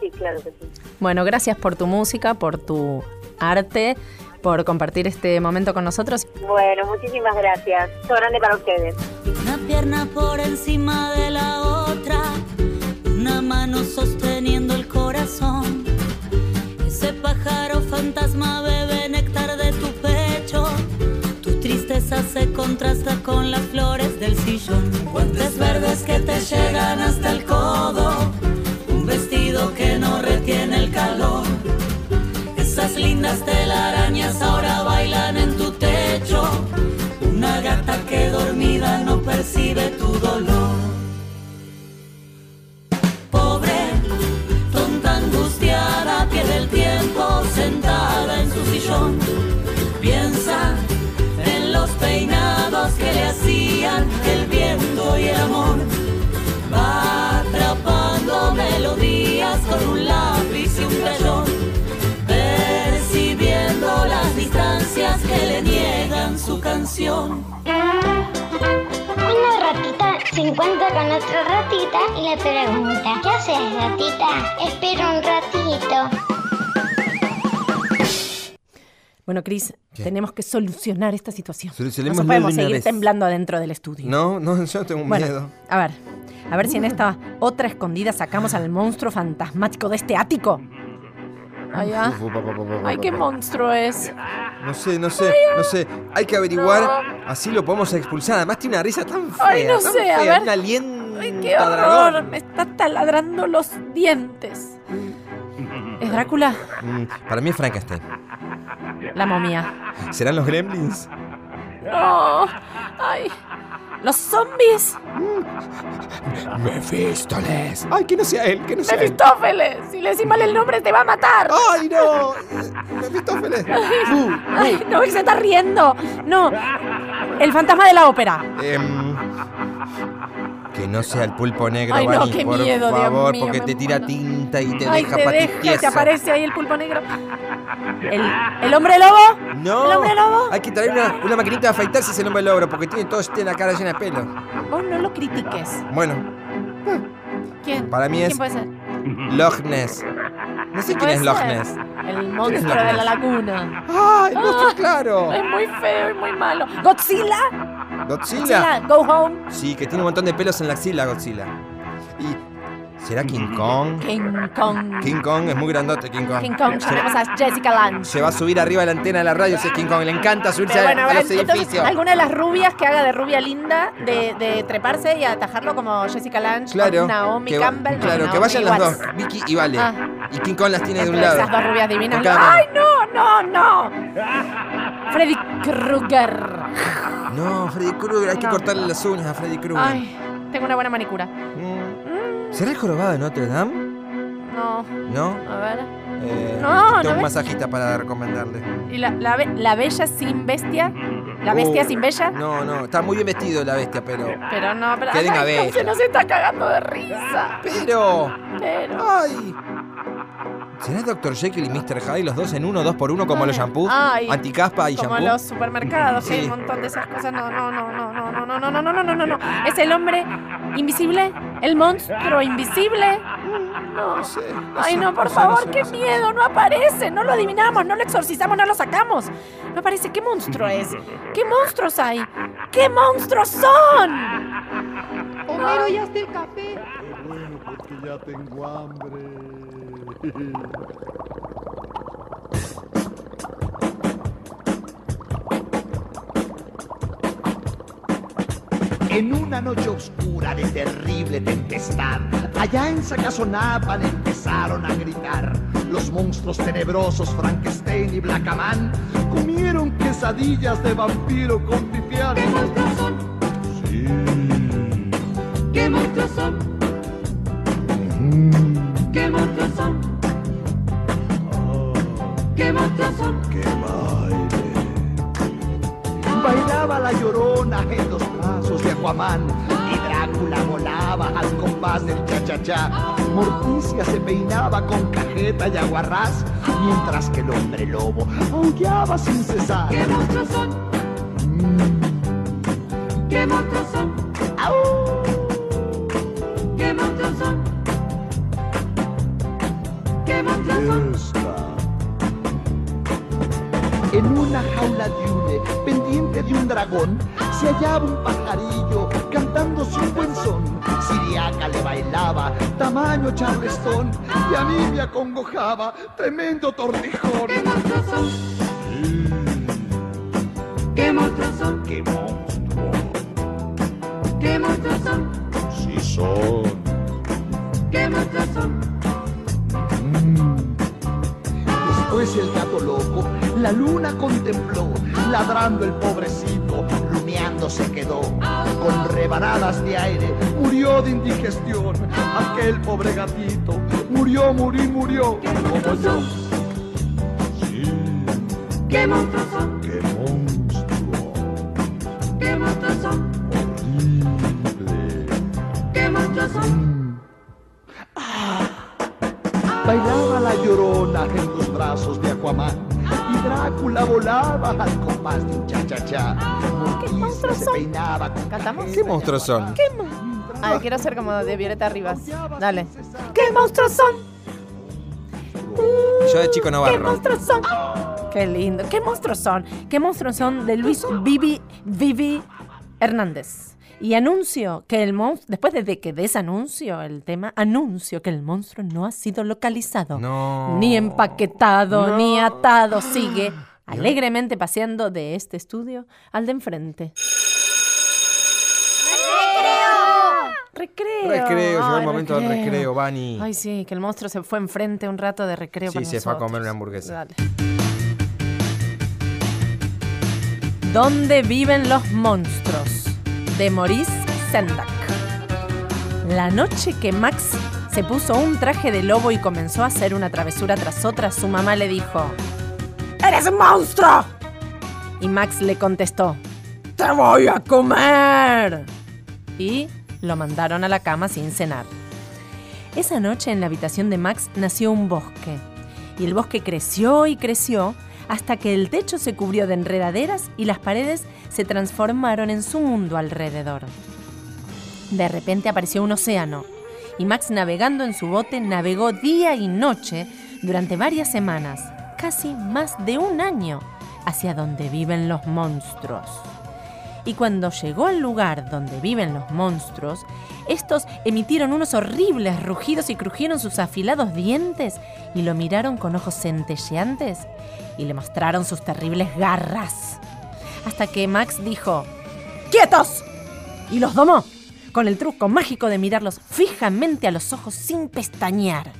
Speaker 19: Sí, claro que sí.
Speaker 1: Bueno, gracias por tu música, por tu arte, por compartir este momento con nosotros.
Speaker 19: Bueno, muchísimas gracias. Todo grande para ustedes.
Speaker 18: Una pierna por encima de la otra, una mano sosteniendo el corazón. Ese pájaro fantasma bebe néctar de tu pecho. Tu tristeza se contrasta con las flores del sillón. Guantes verdes que te llegan hasta el codo. Un vestido que no retiene el calor. Esas lindas telarañas ahora bailan en tu techo. Una gata que dormida no percibe tu dolor. Pobre, tonta angustiada, pierde el tiempo sentada en su sillón. Piensa en los peinados que le hacían el viento y el amor. Va atrapando melodías con un lápiz y un crayón, percibiendo las distancias que le niegan su canción.
Speaker 15: Una ratita se encuentra con otra ratita y le pregunta, ¿qué haces ratita? Espera un ratito.
Speaker 1: Bueno, Cris, tenemos que solucionar esta situación.
Speaker 6: Solucionémoslo
Speaker 1: No podemos
Speaker 6: de una
Speaker 1: seguir
Speaker 6: vez.
Speaker 1: temblando adentro del estudio.
Speaker 6: No, no, yo tengo
Speaker 1: Bueno,
Speaker 6: miedo.
Speaker 1: a ver, a ver si en esta otra escondida sacamos al monstruo fantasmático de este ático. Ay, ah. Ay, qué monstruo es.
Speaker 6: No sé, no sé, no sé. Hay que averiguar. Así lo podemos expulsar. Además tiene una risa tan fea.
Speaker 1: Ay, no
Speaker 6: tan
Speaker 1: sé, a
Speaker 6: fea,
Speaker 1: ver.
Speaker 6: una alien-
Speaker 1: Ay, qué
Speaker 6: dragón.
Speaker 1: horror. Me está taladrando los dientes. ¿Es Drácula?
Speaker 6: Mm, Para mí es Frankenstein.
Speaker 1: La momia.
Speaker 6: ¿Serán los gremlins?
Speaker 1: No. Ay. Los zombies.
Speaker 6: Mefístoles. Ay, que no sea él, que no sea él.
Speaker 1: Mefistófeles. Si le decís mal el nombre te va a matar.
Speaker 6: Ay, no. Mefistófeles.
Speaker 1: Ay, no, él se está riendo. No. El fantasma de la ópera.
Speaker 6: Em, que no sea el pulpo negro,
Speaker 1: Ay, no,
Speaker 6: Vani,
Speaker 1: qué
Speaker 6: por
Speaker 1: miedo, Dios
Speaker 6: favor,
Speaker 1: mío,
Speaker 6: porque
Speaker 1: me
Speaker 6: te tira tinta y te
Speaker 1: Ay,
Speaker 6: deja
Speaker 1: te deja y te
Speaker 6: patiquiesa.
Speaker 1: aparece ahí el pulpo negro. ¿El, el hombre lobo?
Speaker 6: No,
Speaker 1: ¿El hombre lobo?
Speaker 6: hay que traer una, una maquinita de afeitarse ese hombre logro, porque tiene todo tiene la cara llena de pelo.
Speaker 1: Vos no lo critiques.
Speaker 6: Bueno,
Speaker 1: ¿Quién?
Speaker 6: Para mí
Speaker 1: ¿Quién
Speaker 6: es-
Speaker 1: puede ser?
Speaker 6: Loch Ness. No sé quién
Speaker 1: Puede
Speaker 6: es Loch
Speaker 1: ser.
Speaker 6: Ness.
Speaker 1: El
Speaker 6: es
Speaker 1: monstruo
Speaker 6: Loch
Speaker 1: de la
Speaker 6: Ness?
Speaker 1: laguna.
Speaker 6: ¡Ah, el monstruo, claro!
Speaker 1: Es muy feo y muy malo. ¿Godzilla?
Speaker 6: ¿Godzilla?
Speaker 1: Go home.
Speaker 6: Sí, que tiene un montón de pelos en la axila, Godzilla. ¿Y será King Kong?
Speaker 1: King Kong.
Speaker 6: King Kong es muy grandote, King Kong.
Speaker 1: King Kong,
Speaker 6: Se-
Speaker 1: llamemos a Jessica Lange.
Speaker 6: Se va a subir arriba de la antena de la radio, ese King Kong. Le encanta subirse
Speaker 1: Pero bueno,
Speaker 6: a, a los
Speaker 1: entonces,
Speaker 6: edificios.
Speaker 1: alguna de las rubias que haga de rubia linda, de, de treparse y atajarlo como Jessica Lange,
Speaker 6: Claro.
Speaker 1: con Naomi
Speaker 6: que, va-
Speaker 1: Campbell, no,
Speaker 6: claro, que
Speaker 1: Naomi
Speaker 6: vayan las dos,
Speaker 1: Watts.
Speaker 6: Vicky y Vale.
Speaker 1: Ah.
Speaker 6: Y King Kong las tiene de un
Speaker 1: Pero
Speaker 6: lado.
Speaker 1: Esas dos rubias divinas.
Speaker 6: Por cada
Speaker 1: ¡Ay, no, no, no! Freddy Krueger.
Speaker 6: No, Freddy Krueger, hay que
Speaker 1: No.
Speaker 6: cortarle las uñas a Freddy Krueger.
Speaker 1: Ay, tengo una buena manicura.
Speaker 6: ¿Será el jorobado de Notre Dame?
Speaker 1: No,
Speaker 6: ¿No?
Speaker 1: a ver.
Speaker 6: Eh,
Speaker 1: No,
Speaker 6: tengo
Speaker 1: ¿no
Speaker 6: un
Speaker 1: ves?
Speaker 6: masajista para recomendarle.
Speaker 1: ¿Y la, la be- la bella sin bestia? ¿La bestia
Speaker 6: Uh,
Speaker 1: sin bella?
Speaker 6: No, no, está muy bien vestido la bestia, pero.
Speaker 1: Pero no, pero.
Speaker 6: Que venga
Speaker 1: ay, no,
Speaker 6: bella.
Speaker 1: se nos está cagando de risa.
Speaker 6: Pero.
Speaker 1: Pero.
Speaker 6: ¡Ay! ¿Será Dr. Jekyll y Mr. Hyde los dos en uno, dos por uno, como los shampoos?
Speaker 1: Ay.
Speaker 6: Anticaspa y
Speaker 1: Como
Speaker 6: shampoo.
Speaker 1: los supermercados, que hay
Speaker 6: Sí.
Speaker 1: un montón de esas cosas. No, no, no, no, no, no, no, no, no, no, no, no, no, no. Es el hombre invisible, el monstruo invisible. No.
Speaker 6: sé, no
Speaker 1: Ay,
Speaker 6: sé,
Speaker 1: no, por
Speaker 6: sé,
Speaker 1: favor,
Speaker 6: sé,
Speaker 1: qué
Speaker 6: sé.
Speaker 1: miedo. No aparece. No lo adivinamos, no lo exorcizamos, no lo sacamos. No aparece. ¿Qué monstruo es? ¿Qué monstruos hay? ¿Qué monstruos son?
Speaker 3: Homero, ya está el café.
Speaker 20: bueno, porque ya tengo hambre.
Speaker 21: En una noche oscura de terrible tempestad, allá en Sacazonapan empezaron a gritar. Los monstruos tenebrosos Frankenstein y Blackaman comieron quesadillas de vampiro con pipián. ¿Qué monstruos son? Sí. ¿Qué monstruos son? ¿Qué monstruos son? ¿Qué monstruos son? Ah. ¡Qué baile! Bailaba la llorona en los brazos de Aquaman y Drácula volaba al compás del cha-cha-cha. Morticia se peinaba con cajeta y aguarrás mientras que el hombre lobo aullaba sin cesar. ¡Qué monstruos son! ¡Qué monstruos son! ¡Qué monstruos son! ¡Qué monstruos son! En una jaula de une, pendiente de un dragón, se hallaba un pajarillo cantándose un buen son. Siriaca le bailaba, tamaño charlestón, y a mí me acongojaba, tremendo tortijón. ¡Qué monstruos son! ¡Qué monstruos son! ¡Qué monstruo! ¡Qué monstruos son!
Speaker 4: Sí son.
Speaker 21: ¡Qué monstruos son! Mm. Después el gato loco, la luna contempló, ladrando el pobrecito, rumiando se quedó. Con rebanadas de aire, murió de indigestión. Aquel pobre gatito, murió, murió, y murió. Como yo. ¡Qué monstruos son!
Speaker 4: ¡Qué monstruo!
Speaker 21: ¡Qué monstruos son!
Speaker 4: ¡Horrible!
Speaker 21: ¡Qué monstruos son! Bailaba la llorona en los brazos de Aquaman y Drácula volaba al compás de un cha-cha-cha. Morticia se peinaba con
Speaker 1: ¿Cantamos?
Speaker 6: ¿Qué monstruos son?
Speaker 1: ¿Qué mo- Ay, quiero ser como de Violeta Rivas. Dale. ¿Qué monstruos son?
Speaker 6: Yo de chico no
Speaker 1: ¿Qué
Speaker 6: barro.
Speaker 1: monstruos son? Qué lindo. ¿Qué monstruos son? ¿Qué monstruos son de Luis Vivi, Vivi Hernández? Y anuncio que el monstruo, después de que desanuncio el tema, anuncio que el monstruo no ha sido localizado. Ni empaquetado,
Speaker 6: No.
Speaker 1: ni atado. Sigue alegremente paseando de este estudio al de enfrente. Recreo.
Speaker 6: Recreo, llegó el
Speaker 1: Ay,
Speaker 6: momento del recreo, Bani.
Speaker 1: Ay, sí, que el monstruo se fue enfrente un rato de recreo
Speaker 6: Sí,
Speaker 1: para
Speaker 6: se fue a
Speaker 1: nosotros.
Speaker 6: comer una hamburguesa.
Speaker 1: Dale. ¿Dónde viven los monstruos? De Maurice Sendak. La noche que Max se puso un traje de lobo y comenzó a hacer una travesura tras otra, su mamá le dijo: ¡Eres un monstruo! Y Max le contestó: ¡Te voy a comer! Y lo mandaron a la cama sin cenar. Esa noche en la habitación de Max nació un bosque. Y el bosque creció y creció hasta que el techo se cubrió de enredaderas y las paredes se transformaron en su mundo alrededor. De repente apareció un océano y Max navegando en su bote navegó día y noche durante varias semanas, casi más de un año, hacia donde viven los monstruos. Y cuando llegó al lugar donde viven los monstruos, estos emitieron unos horribles rugidos y crujieron sus afilados dientes y lo miraron con ojos centelleantes y le mostraron sus terribles garras. Hasta que Max dijo, ¡Quietos! Y los domó, con el truco mágico de mirarlos fijamente a los ojos sin pestañear.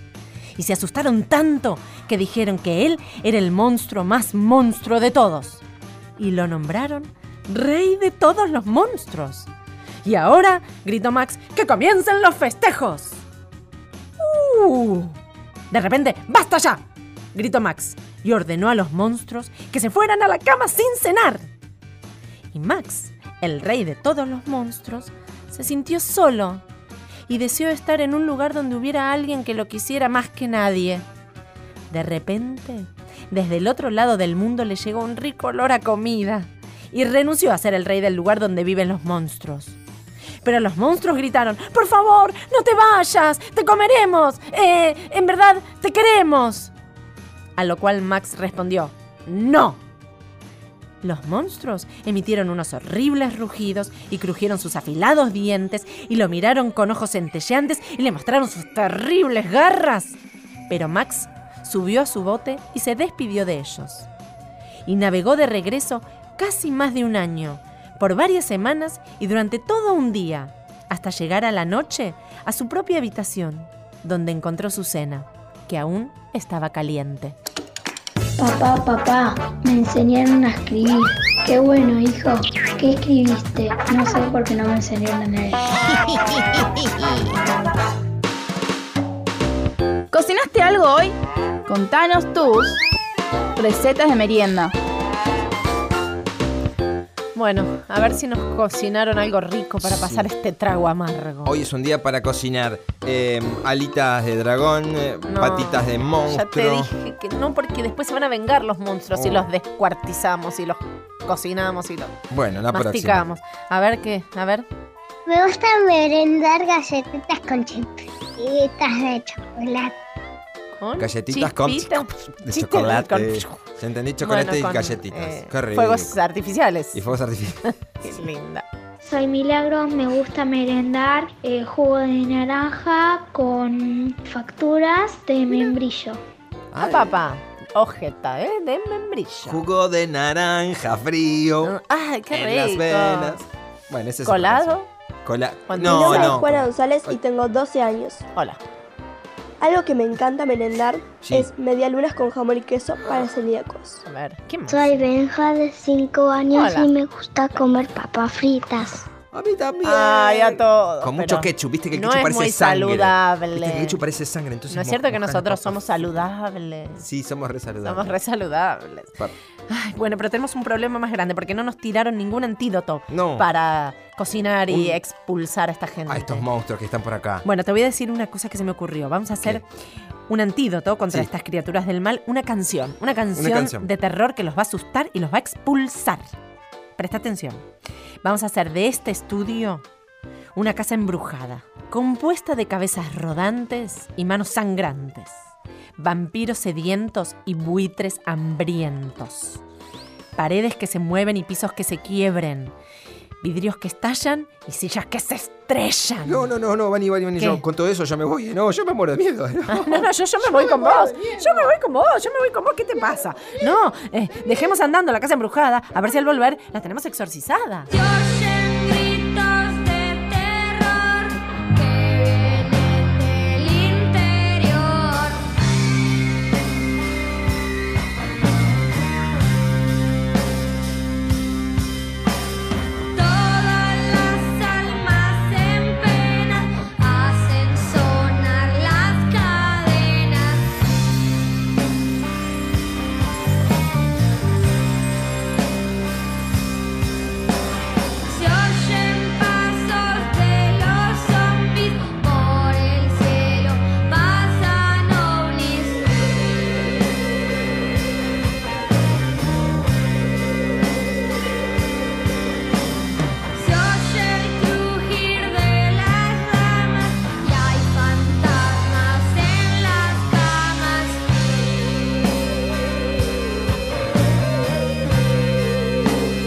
Speaker 1: Y se asustaron tanto que dijeron que él era el monstruo más monstruo de todos. Y lo nombraron rey de todos los monstruos. Y ahora, gritó Max, que comiencen los festejos. ¡Uh! De repente, ¡basta ya! gritó Max y ordenó a los monstruos que se fueran a la cama sin cenar. Y Max, el rey de todos los monstruos, se sintió solo y deseó estar en un lugar donde hubiera alguien que lo quisiera más que nadie. De repente, desde el otro lado del mundo le llegó un rico olor a comida y renunció a ser el rey del lugar donde viven los monstruos. Pero los monstruos gritaron, por favor, no te vayas, te comeremos, eh, en verdad, te queremos. A lo cual Max respondió, no. Los monstruos emitieron unos horribles rugidos y crujieron sus afilados dientes y lo miraron con ojos centelleantes y le mostraron sus terribles garras. Pero Max subió a su bote y se despidió de ellos. Y navegó de regreso casi más de un año, por varias semanas y durante todo un día, hasta llegar a la noche a su propia habitación, donde encontró su cena, que aún estaba caliente.
Speaker 17: Papá, papá, me enseñaron a escribir. Qué bueno, hijo. ¿Qué escribiste? No sé por qué no me enseñaron a leer.
Speaker 10: ¿Cocinaste algo hoy? Contanos tus recetas de merienda.
Speaker 1: Bueno, a ver si nos cocinaron algo rico para pasar este trago amargo.
Speaker 6: Hoy es un día para cocinar eh, alitas de dragón, eh,
Speaker 1: No,
Speaker 6: patitas de monstruo.
Speaker 1: Ya te dije que no, porque después se van a vengar los monstruos y los descuartizamos y los cocinamos y los
Speaker 6: Bueno, la próxima.
Speaker 1: masticamos. A ver qué, a ver.
Speaker 16: Me gusta merendar galletitas con chispitas de chocolate.
Speaker 6: Galletitas con
Speaker 1: chispitas,
Speaker 6: de
Speaker 1: chispitas
Speaker 6: chocolate.
Speaker 1: con-
Speaker 6: Ya entendí, chocolate
Speaker 1: Bueno,
Speaker 6: y
Speaker 1: con,
Speaker 6: galletitas.
Speaker 1: eh,
Speaker 6: Qué rico.
Speaker 1: Fuegos artificiales.
Speaker 6: Y fuegos artificiales.
Speaker 1: Qué linda.
Speaker 17: Soy Milagros, me gusta merendar eh, jugo de naranja con facturas de membrillo.
Speaker 1: Ah, papá. Ojeta, ¿eh? De membrillo.
Speaker 6: Jugo de naranja frío.
Speaker 1: Ay, Ah, qué
Speaker 6: en las
Speaker 1: rico.
Speaker 6: venas. Bueno, ese es otro
Speaker 22: ¿Colado?
Speaker 6: caso. Cola.
Speaker 22: Mi
Speaker 6: No,
Speaker 22: nombre es
Speaker 6: no.
Speaker 22: Juana González y tengo 12 años.
Speaker 1: Hola.
Speaker 22: Algo que me encanta merendar
Speaker 6: Sí.
Speaker 22: es medialunas con jamón y queso para celíacos.
Speaker 1: A ver,
Speaker 16: Soy Benja de 5 años
Speaker 22: Hola.
Speaker 16: y me gusta comer papas fritas.
Speaker 6: A mí también.
Speaker 1: Ay, a todos.
Speaker 6: Con mucho
Speaker 1: pero
Speaker 6: ketchup, viste que el
Speaker 1: no
Speaker 6: ketchup
Speaker 1: es
Speaker 6: parece
Speaker 1: muy
Speaker 6: sangre.
Speaker 1: saludable.
Speaker 6: Viste que el ketchup parece sangre, entonces.
Speaker 1: No es
Speaker 6: mo-
Speaker 1: cierto que
Speaker 6: mojan las
Speaker 1: nosotros
Speaker 6: papas.
Speaker 1: somos saludables.
Speaker 6: Sí, somos re saludables.
Speaker 1: Somos re saludables.
Speaker 6: Pa-
Speaker 1: Ay, bueno, pero tenemos un problema más grande porque no nos tiraron ningún antídoto
Speaker 6: No.
Speaker 1: para cocinar y
Speaker 6: Un-
Speaker 1: expulsar a esta gente.
Speaker 6: A estos monstruos que están por acá.
Speaker 1: Bueno, te voy a decir una cosa que se me ocurrió. Vamos a hacer un antídoto contra
Speaker 6: Sí.
Speaker 1: estas criaturas del mal, una canción, una canción,
Speaker 6: canción.
Speaker 1: de terror que los va a asustar y los va a expulsar. Presta atención. Vamos a hacer de este estudio una casa embrujada, compuesta de cabezas rodantes y manos sangrantes, vampiros sedientos y buitres hambrientos, paredes que se mueven y pisos que se quiebren, vidrios que estallan y sillas que se estrellan.
Speaker 6: No, no, no, no, Vani, Vani, Vani.
Speaker 1: ¿Qué?
Speaker 6: Yo con todo eso ya me voy. eh. No, yo me muero de miedo. eh.
Speaker 1: Ah, No, no, yo, yo me voy con vos. Yo me voy con vos, yo me voy con vos. ¿Qué te pasa? No, eh, dejemos andando la casa embrujada. A ver si al volver la tenemos exorcizada.
Speaker 9: Gritos de terror que vienen del interior. Todas las almas en pena hacen sonar las cadenas. Se oyen pasos de los zombies por el cielo, pasan ovnis. Se oye el crujir de las ramas y hay fantasmas en las camas.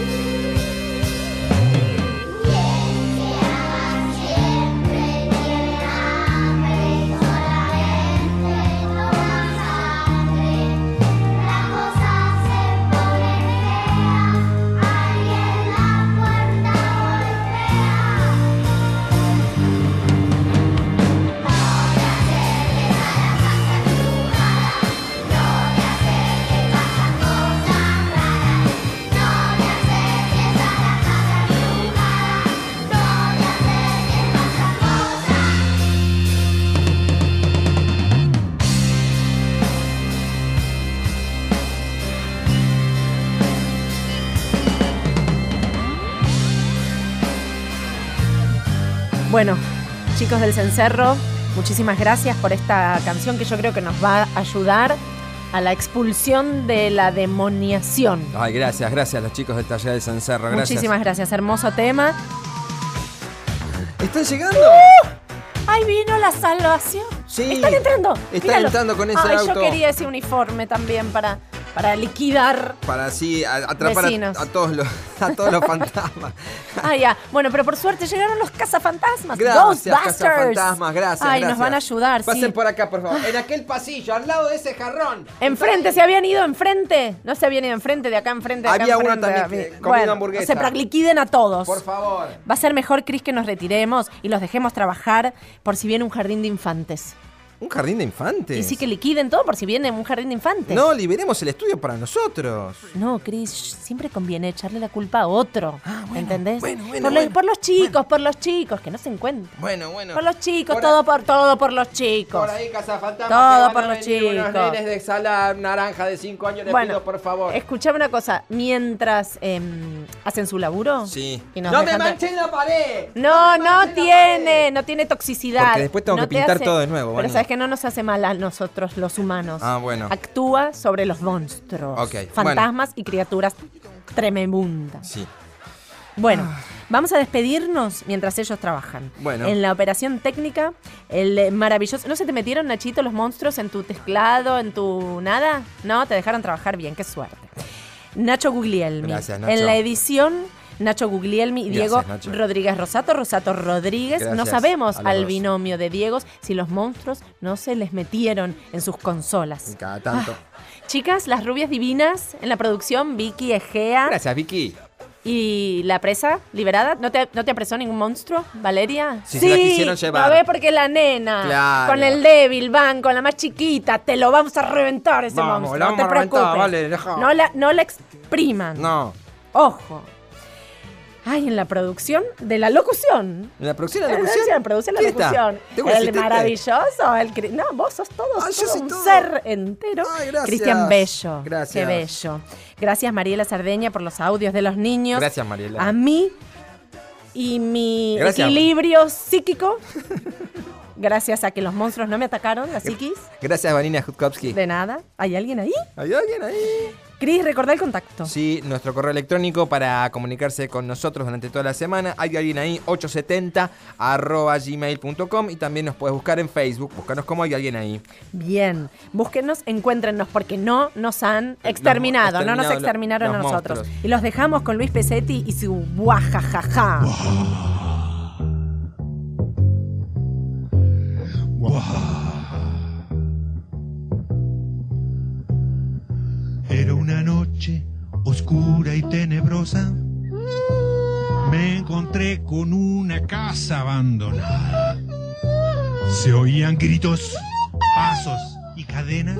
Speaker 1: Bueno, chicos del cencerro, muchísimas gracias por esta canción que yo creo que nos va a ayudar a la expulsión de la demoniación.
Speaker 6: Ay, gracias, gracias a los chicos del taller del Cencerro. Gracias.
Speaker 1: Muchísimas gracias, hermoso tema.
Speaker 6: están llegando.
Speaker 1: ¡Uh! ¡Ahí vino la salvación!
Speaker 6: Sí.
Speaker 1: ¡Están entrando!
Speaker 6: Están
Speaker 1: Míralo.
Speaker 6: entrando con ese
Speaker 1: Ay,
Speaker 6: auto.
Speaker 1: yo quería ese uniforme también para, para liquidar.
Speaker 6: Para así a- atrapar a,
Speaker 1: Vecinos.
Speaker 6: a todos los, a todos los fantasmas.
Speaker 1: Ah, ya. Bueno, pero por suerte llegaron los cazafantasmas.
Speaker 6: Gracias,
Speaker 1: Ghostbusters.
Speaker 6: fantasmas, gracias.
Speaker 1: Ay,
Speaker 6: gracias.
Speaker 1: nos van a ayudar, sí.
Speaker 6: Pasen por acá, por favor. En aquel pasillo, al lado de ese jarrón.
Speaker 1: Enfrente, se habían ido enfrente. No se habían ido enfrente, de acá enfrente. De acá
Speaker 6: Había uno
Speaker 1: enfrente.
Speaker 6: también que- comiendo
Speaker 1: Bueno,
Speaker 6: hamburguesa.
Speaker 1: O sea, para que liquiden a todos.
Speaker 6: Por favor.
Speaker 1: Va a ser mejor, Cris, que nos retiremos y los dejemos trabajar por si viene un jardín de infantes.
Speaker 6: ¿Un jardín de infantes?
Speaker 1: Y sí que liquiden todo por si viene un jardín de infantes.
Speaker 6: No, liberemos el estudio para nosotros.
Speaker 1: No, Cris, shh, siempre conviene echarle la culpa a otro. ¿Entendés?
Speaker 6: Ah, bueno,
Speaker 1: por, los,
Speaker 6: bueno.
Speaker 1: por los chicos, por los chicos, que no se encuentran.
Speaker 6: Bueno, bueno.
Speaker 1: Por los chicos,
Speaker 6: Por
Speaker 1: todo por todo por los chicos.
Speaker 6: Por ahí, cazafantasmas.
Speaker 1: Todo
Speaker 6: que van
Speaker 1: por
Speaker 6: a
Speaker 1: los
Speaker 6: venir Unos
Speaker 1: chicos.
Speaker 6: nenes de sala naranja de 5 años, les
Speaker 1: Bueno,
Speaker 6: pido, por favor.
Speaker 1: Escuchame una cosa, mientras em, hacen su laburo.
Speaker 6: Sí.
Speaker 1: y nos
Speaker 6: ¡No me
Speaker 1: dejan tra-
Speaker 6: manchen la pared!
Speaker 1: No, no tiene, no tiene toxicidad.
Speaker 6: Porque después tengo
Speaker 1: No
Speaker 6: que
Speaker 1: te
Speaker 6: pintar
Speaker 1: hace-
Speaker 6: todo de nuevo,
Speaker 1: Pero
Speaker 6: bueno.
Speaker 1: sabes que no nos hace mal a nosotros los humanos.
Speaker 6: Ah, bueno.
Speaker 1: Actúa sobre los monstruos,
Speaker 6: Ok, bueno.
Speaker 1: fantasmas y criaturas tremebundas.
Speaker 6: Sí.
Speaker 1: Bueno, vamos a despedirnos mientras ellos trabajan.
Speaker 6: Bueno.
Speaker 1: En la operación técnica, el eh, maravilloso. ¿No se te metieron, Nachito, los monstruos en tu teclado, en tu nada? No, te dejaron trabajar bien, qué suerte. Nacho Guglielmi.
Speaker 6: Gracias, Nacho.
Speaker 1: En la edición, Nacho Guglielmi y
Speaker 6: Gracias,
Speaker 1: Diego
Speaker 6: Nacho.
Speaker 1: Rodríguez Rosato, Rosato Rodríguez. no
Speaker 6: Gracias
Speaker 1: sabemos
Speaker 6: a los
Speaker 1: al
Speaker 6: dos.
Speaker 1: binomio de Diegos si los monstruos no se les metieron en sus consolas. Ah.
Speaker 6: Cada tanto.
Speaker 1: Chicas, las rubias divinas en la producción, Vicky Egea.
Speaker 6: Gracias, Vicky.
Speaker 1: ¿Y la presa liberada? ¿No te, no te apresó ningún monstruo, Valeria?
Speaker 6: Sí, se la quisieron llevar.
Speaker 1: A ver, porque la nena,
Speaker 6: Claro.
Speaker 1: con el débil, van con la más chiquita, te lo vamos a reventar ese
Speaker 6: Vamos,
Speaker 1: monstruo.
Speaker 6: la
Speaker 1: No te
Speaker 6: vamos a reventar,
Speaker 1: preocupes.
Speaker 6: vale, deja.
Speaker 1: no, la, no la expriman.
Speaker 6: No.
Speaker 1: Ojo. Ay, en la producción de la locución.
Speaker 6: ¿En la producción? ¿En la
Speaker 1: En
Speaker 6: producción?
Speaker 1: La producción, la
Speaker 6: ¿Quién está?
Speaker 1: locución.
Speaker 6: ¿Tengo un
Speaker 1: El
Speaker 6: asistente?
Speaker 1: maravilloso. El, cri- no, vos sos todo, todo un ser entero.
Speaker 6: gracias.
Speaker 1: Cristian Bello.
Speaker 6: Gracias.
Speaker 1: Qué bello. Gracias, Mariela Sardeña, por los audios de los niños.
Speaker 6: Gracias, Mariela.
Speaker 1: A mí y mi
Speaker 6: Gracias.
Speaker 1: equilibrio psíquico. Gracias a que los monstruos no me atacaron, las psiquis.
Speaker 6: Gracias, Vanina Jutkowski.
Speaker 1: De nada. ¿Hay alguien ahí?
Speaker 6: ¿Hay alguien ahí?
Speaker 1: Cris, recordá el contacto.
Speaker 6: Sí, nuestro correo electrónico para comunicarse con nosotros durante toda la semana. Hay alguien ahí, 870 arroba gmail.com y también nos puedes buscar en Facebook. Búscanos como hay alguien ahí.
Speaker 1: Bien, búsquennos, encuéntrennos, porque no nos han exterminado, no nos
Speaker 6: exterminado,
Speaker 1: exterminaron
Speaker 6: los
Speaker 1: a nosotros.
Speaker 6: monstruos.
Speaker 1: Y los dejamos con Luis Pesetti y su guajajaja.
Speaker 5: Era una noche oscura y tenebrosa. Me encontré con una casa abandonada. Se oían gritos, pasos y cadenas.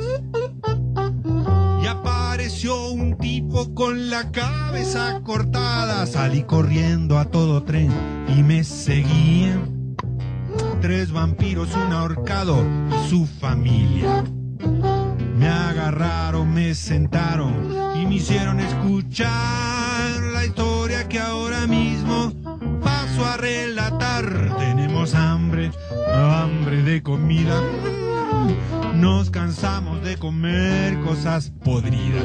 Speaker 5: Y apareció un tipo con la cabeza cortada. Salí corriendo a todo tren y me seguían. Tres vampiros, un ahorcado y su familia. Me agarraron, me sentaron y me hicieron escuchar la historia que ahora mismo paso a relatar. Tenemos hambre, hambre de comida. Nos cansamos de comer cosas podridas.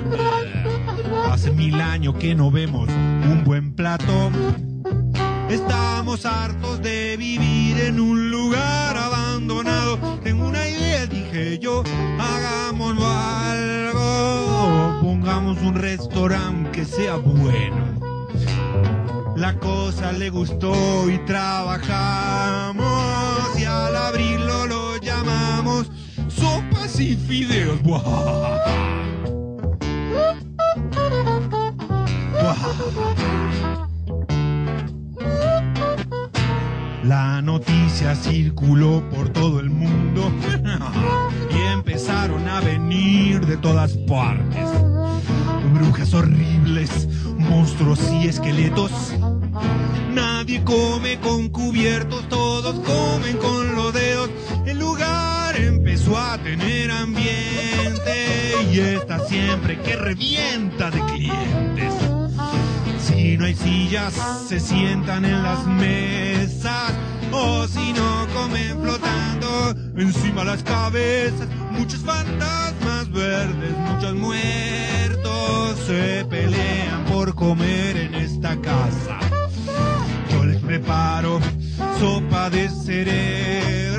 Speaker 5: Hace mil años que no vemos un buen plato. Estamos hartos de vivir en un lugar abandonado. Tengo una idea, dije yo, hagamos algo. Pongamos un restaurante que sea bueno. La cosa le gustó y trabajamos. Y al abrirlo lo llamamos sopas y fideos. Buah. Buah. La noticia circuló por todo el mundo y empezaron a venir de todas partes. Brujas horribles, monstruos y esqueletos. Nadie come con cubiertos, todos comen con los dedos. El lugar empezó a tener ambiente y está siempre que revienta de clientes. Si no hay sillas, se sientan en las mesas. O si no comen flotando encima las cabezas. Muchos fantasmas verdes, muchos muertos se pelean por comer en esta casa. Yo les preparo sopa de cerebro.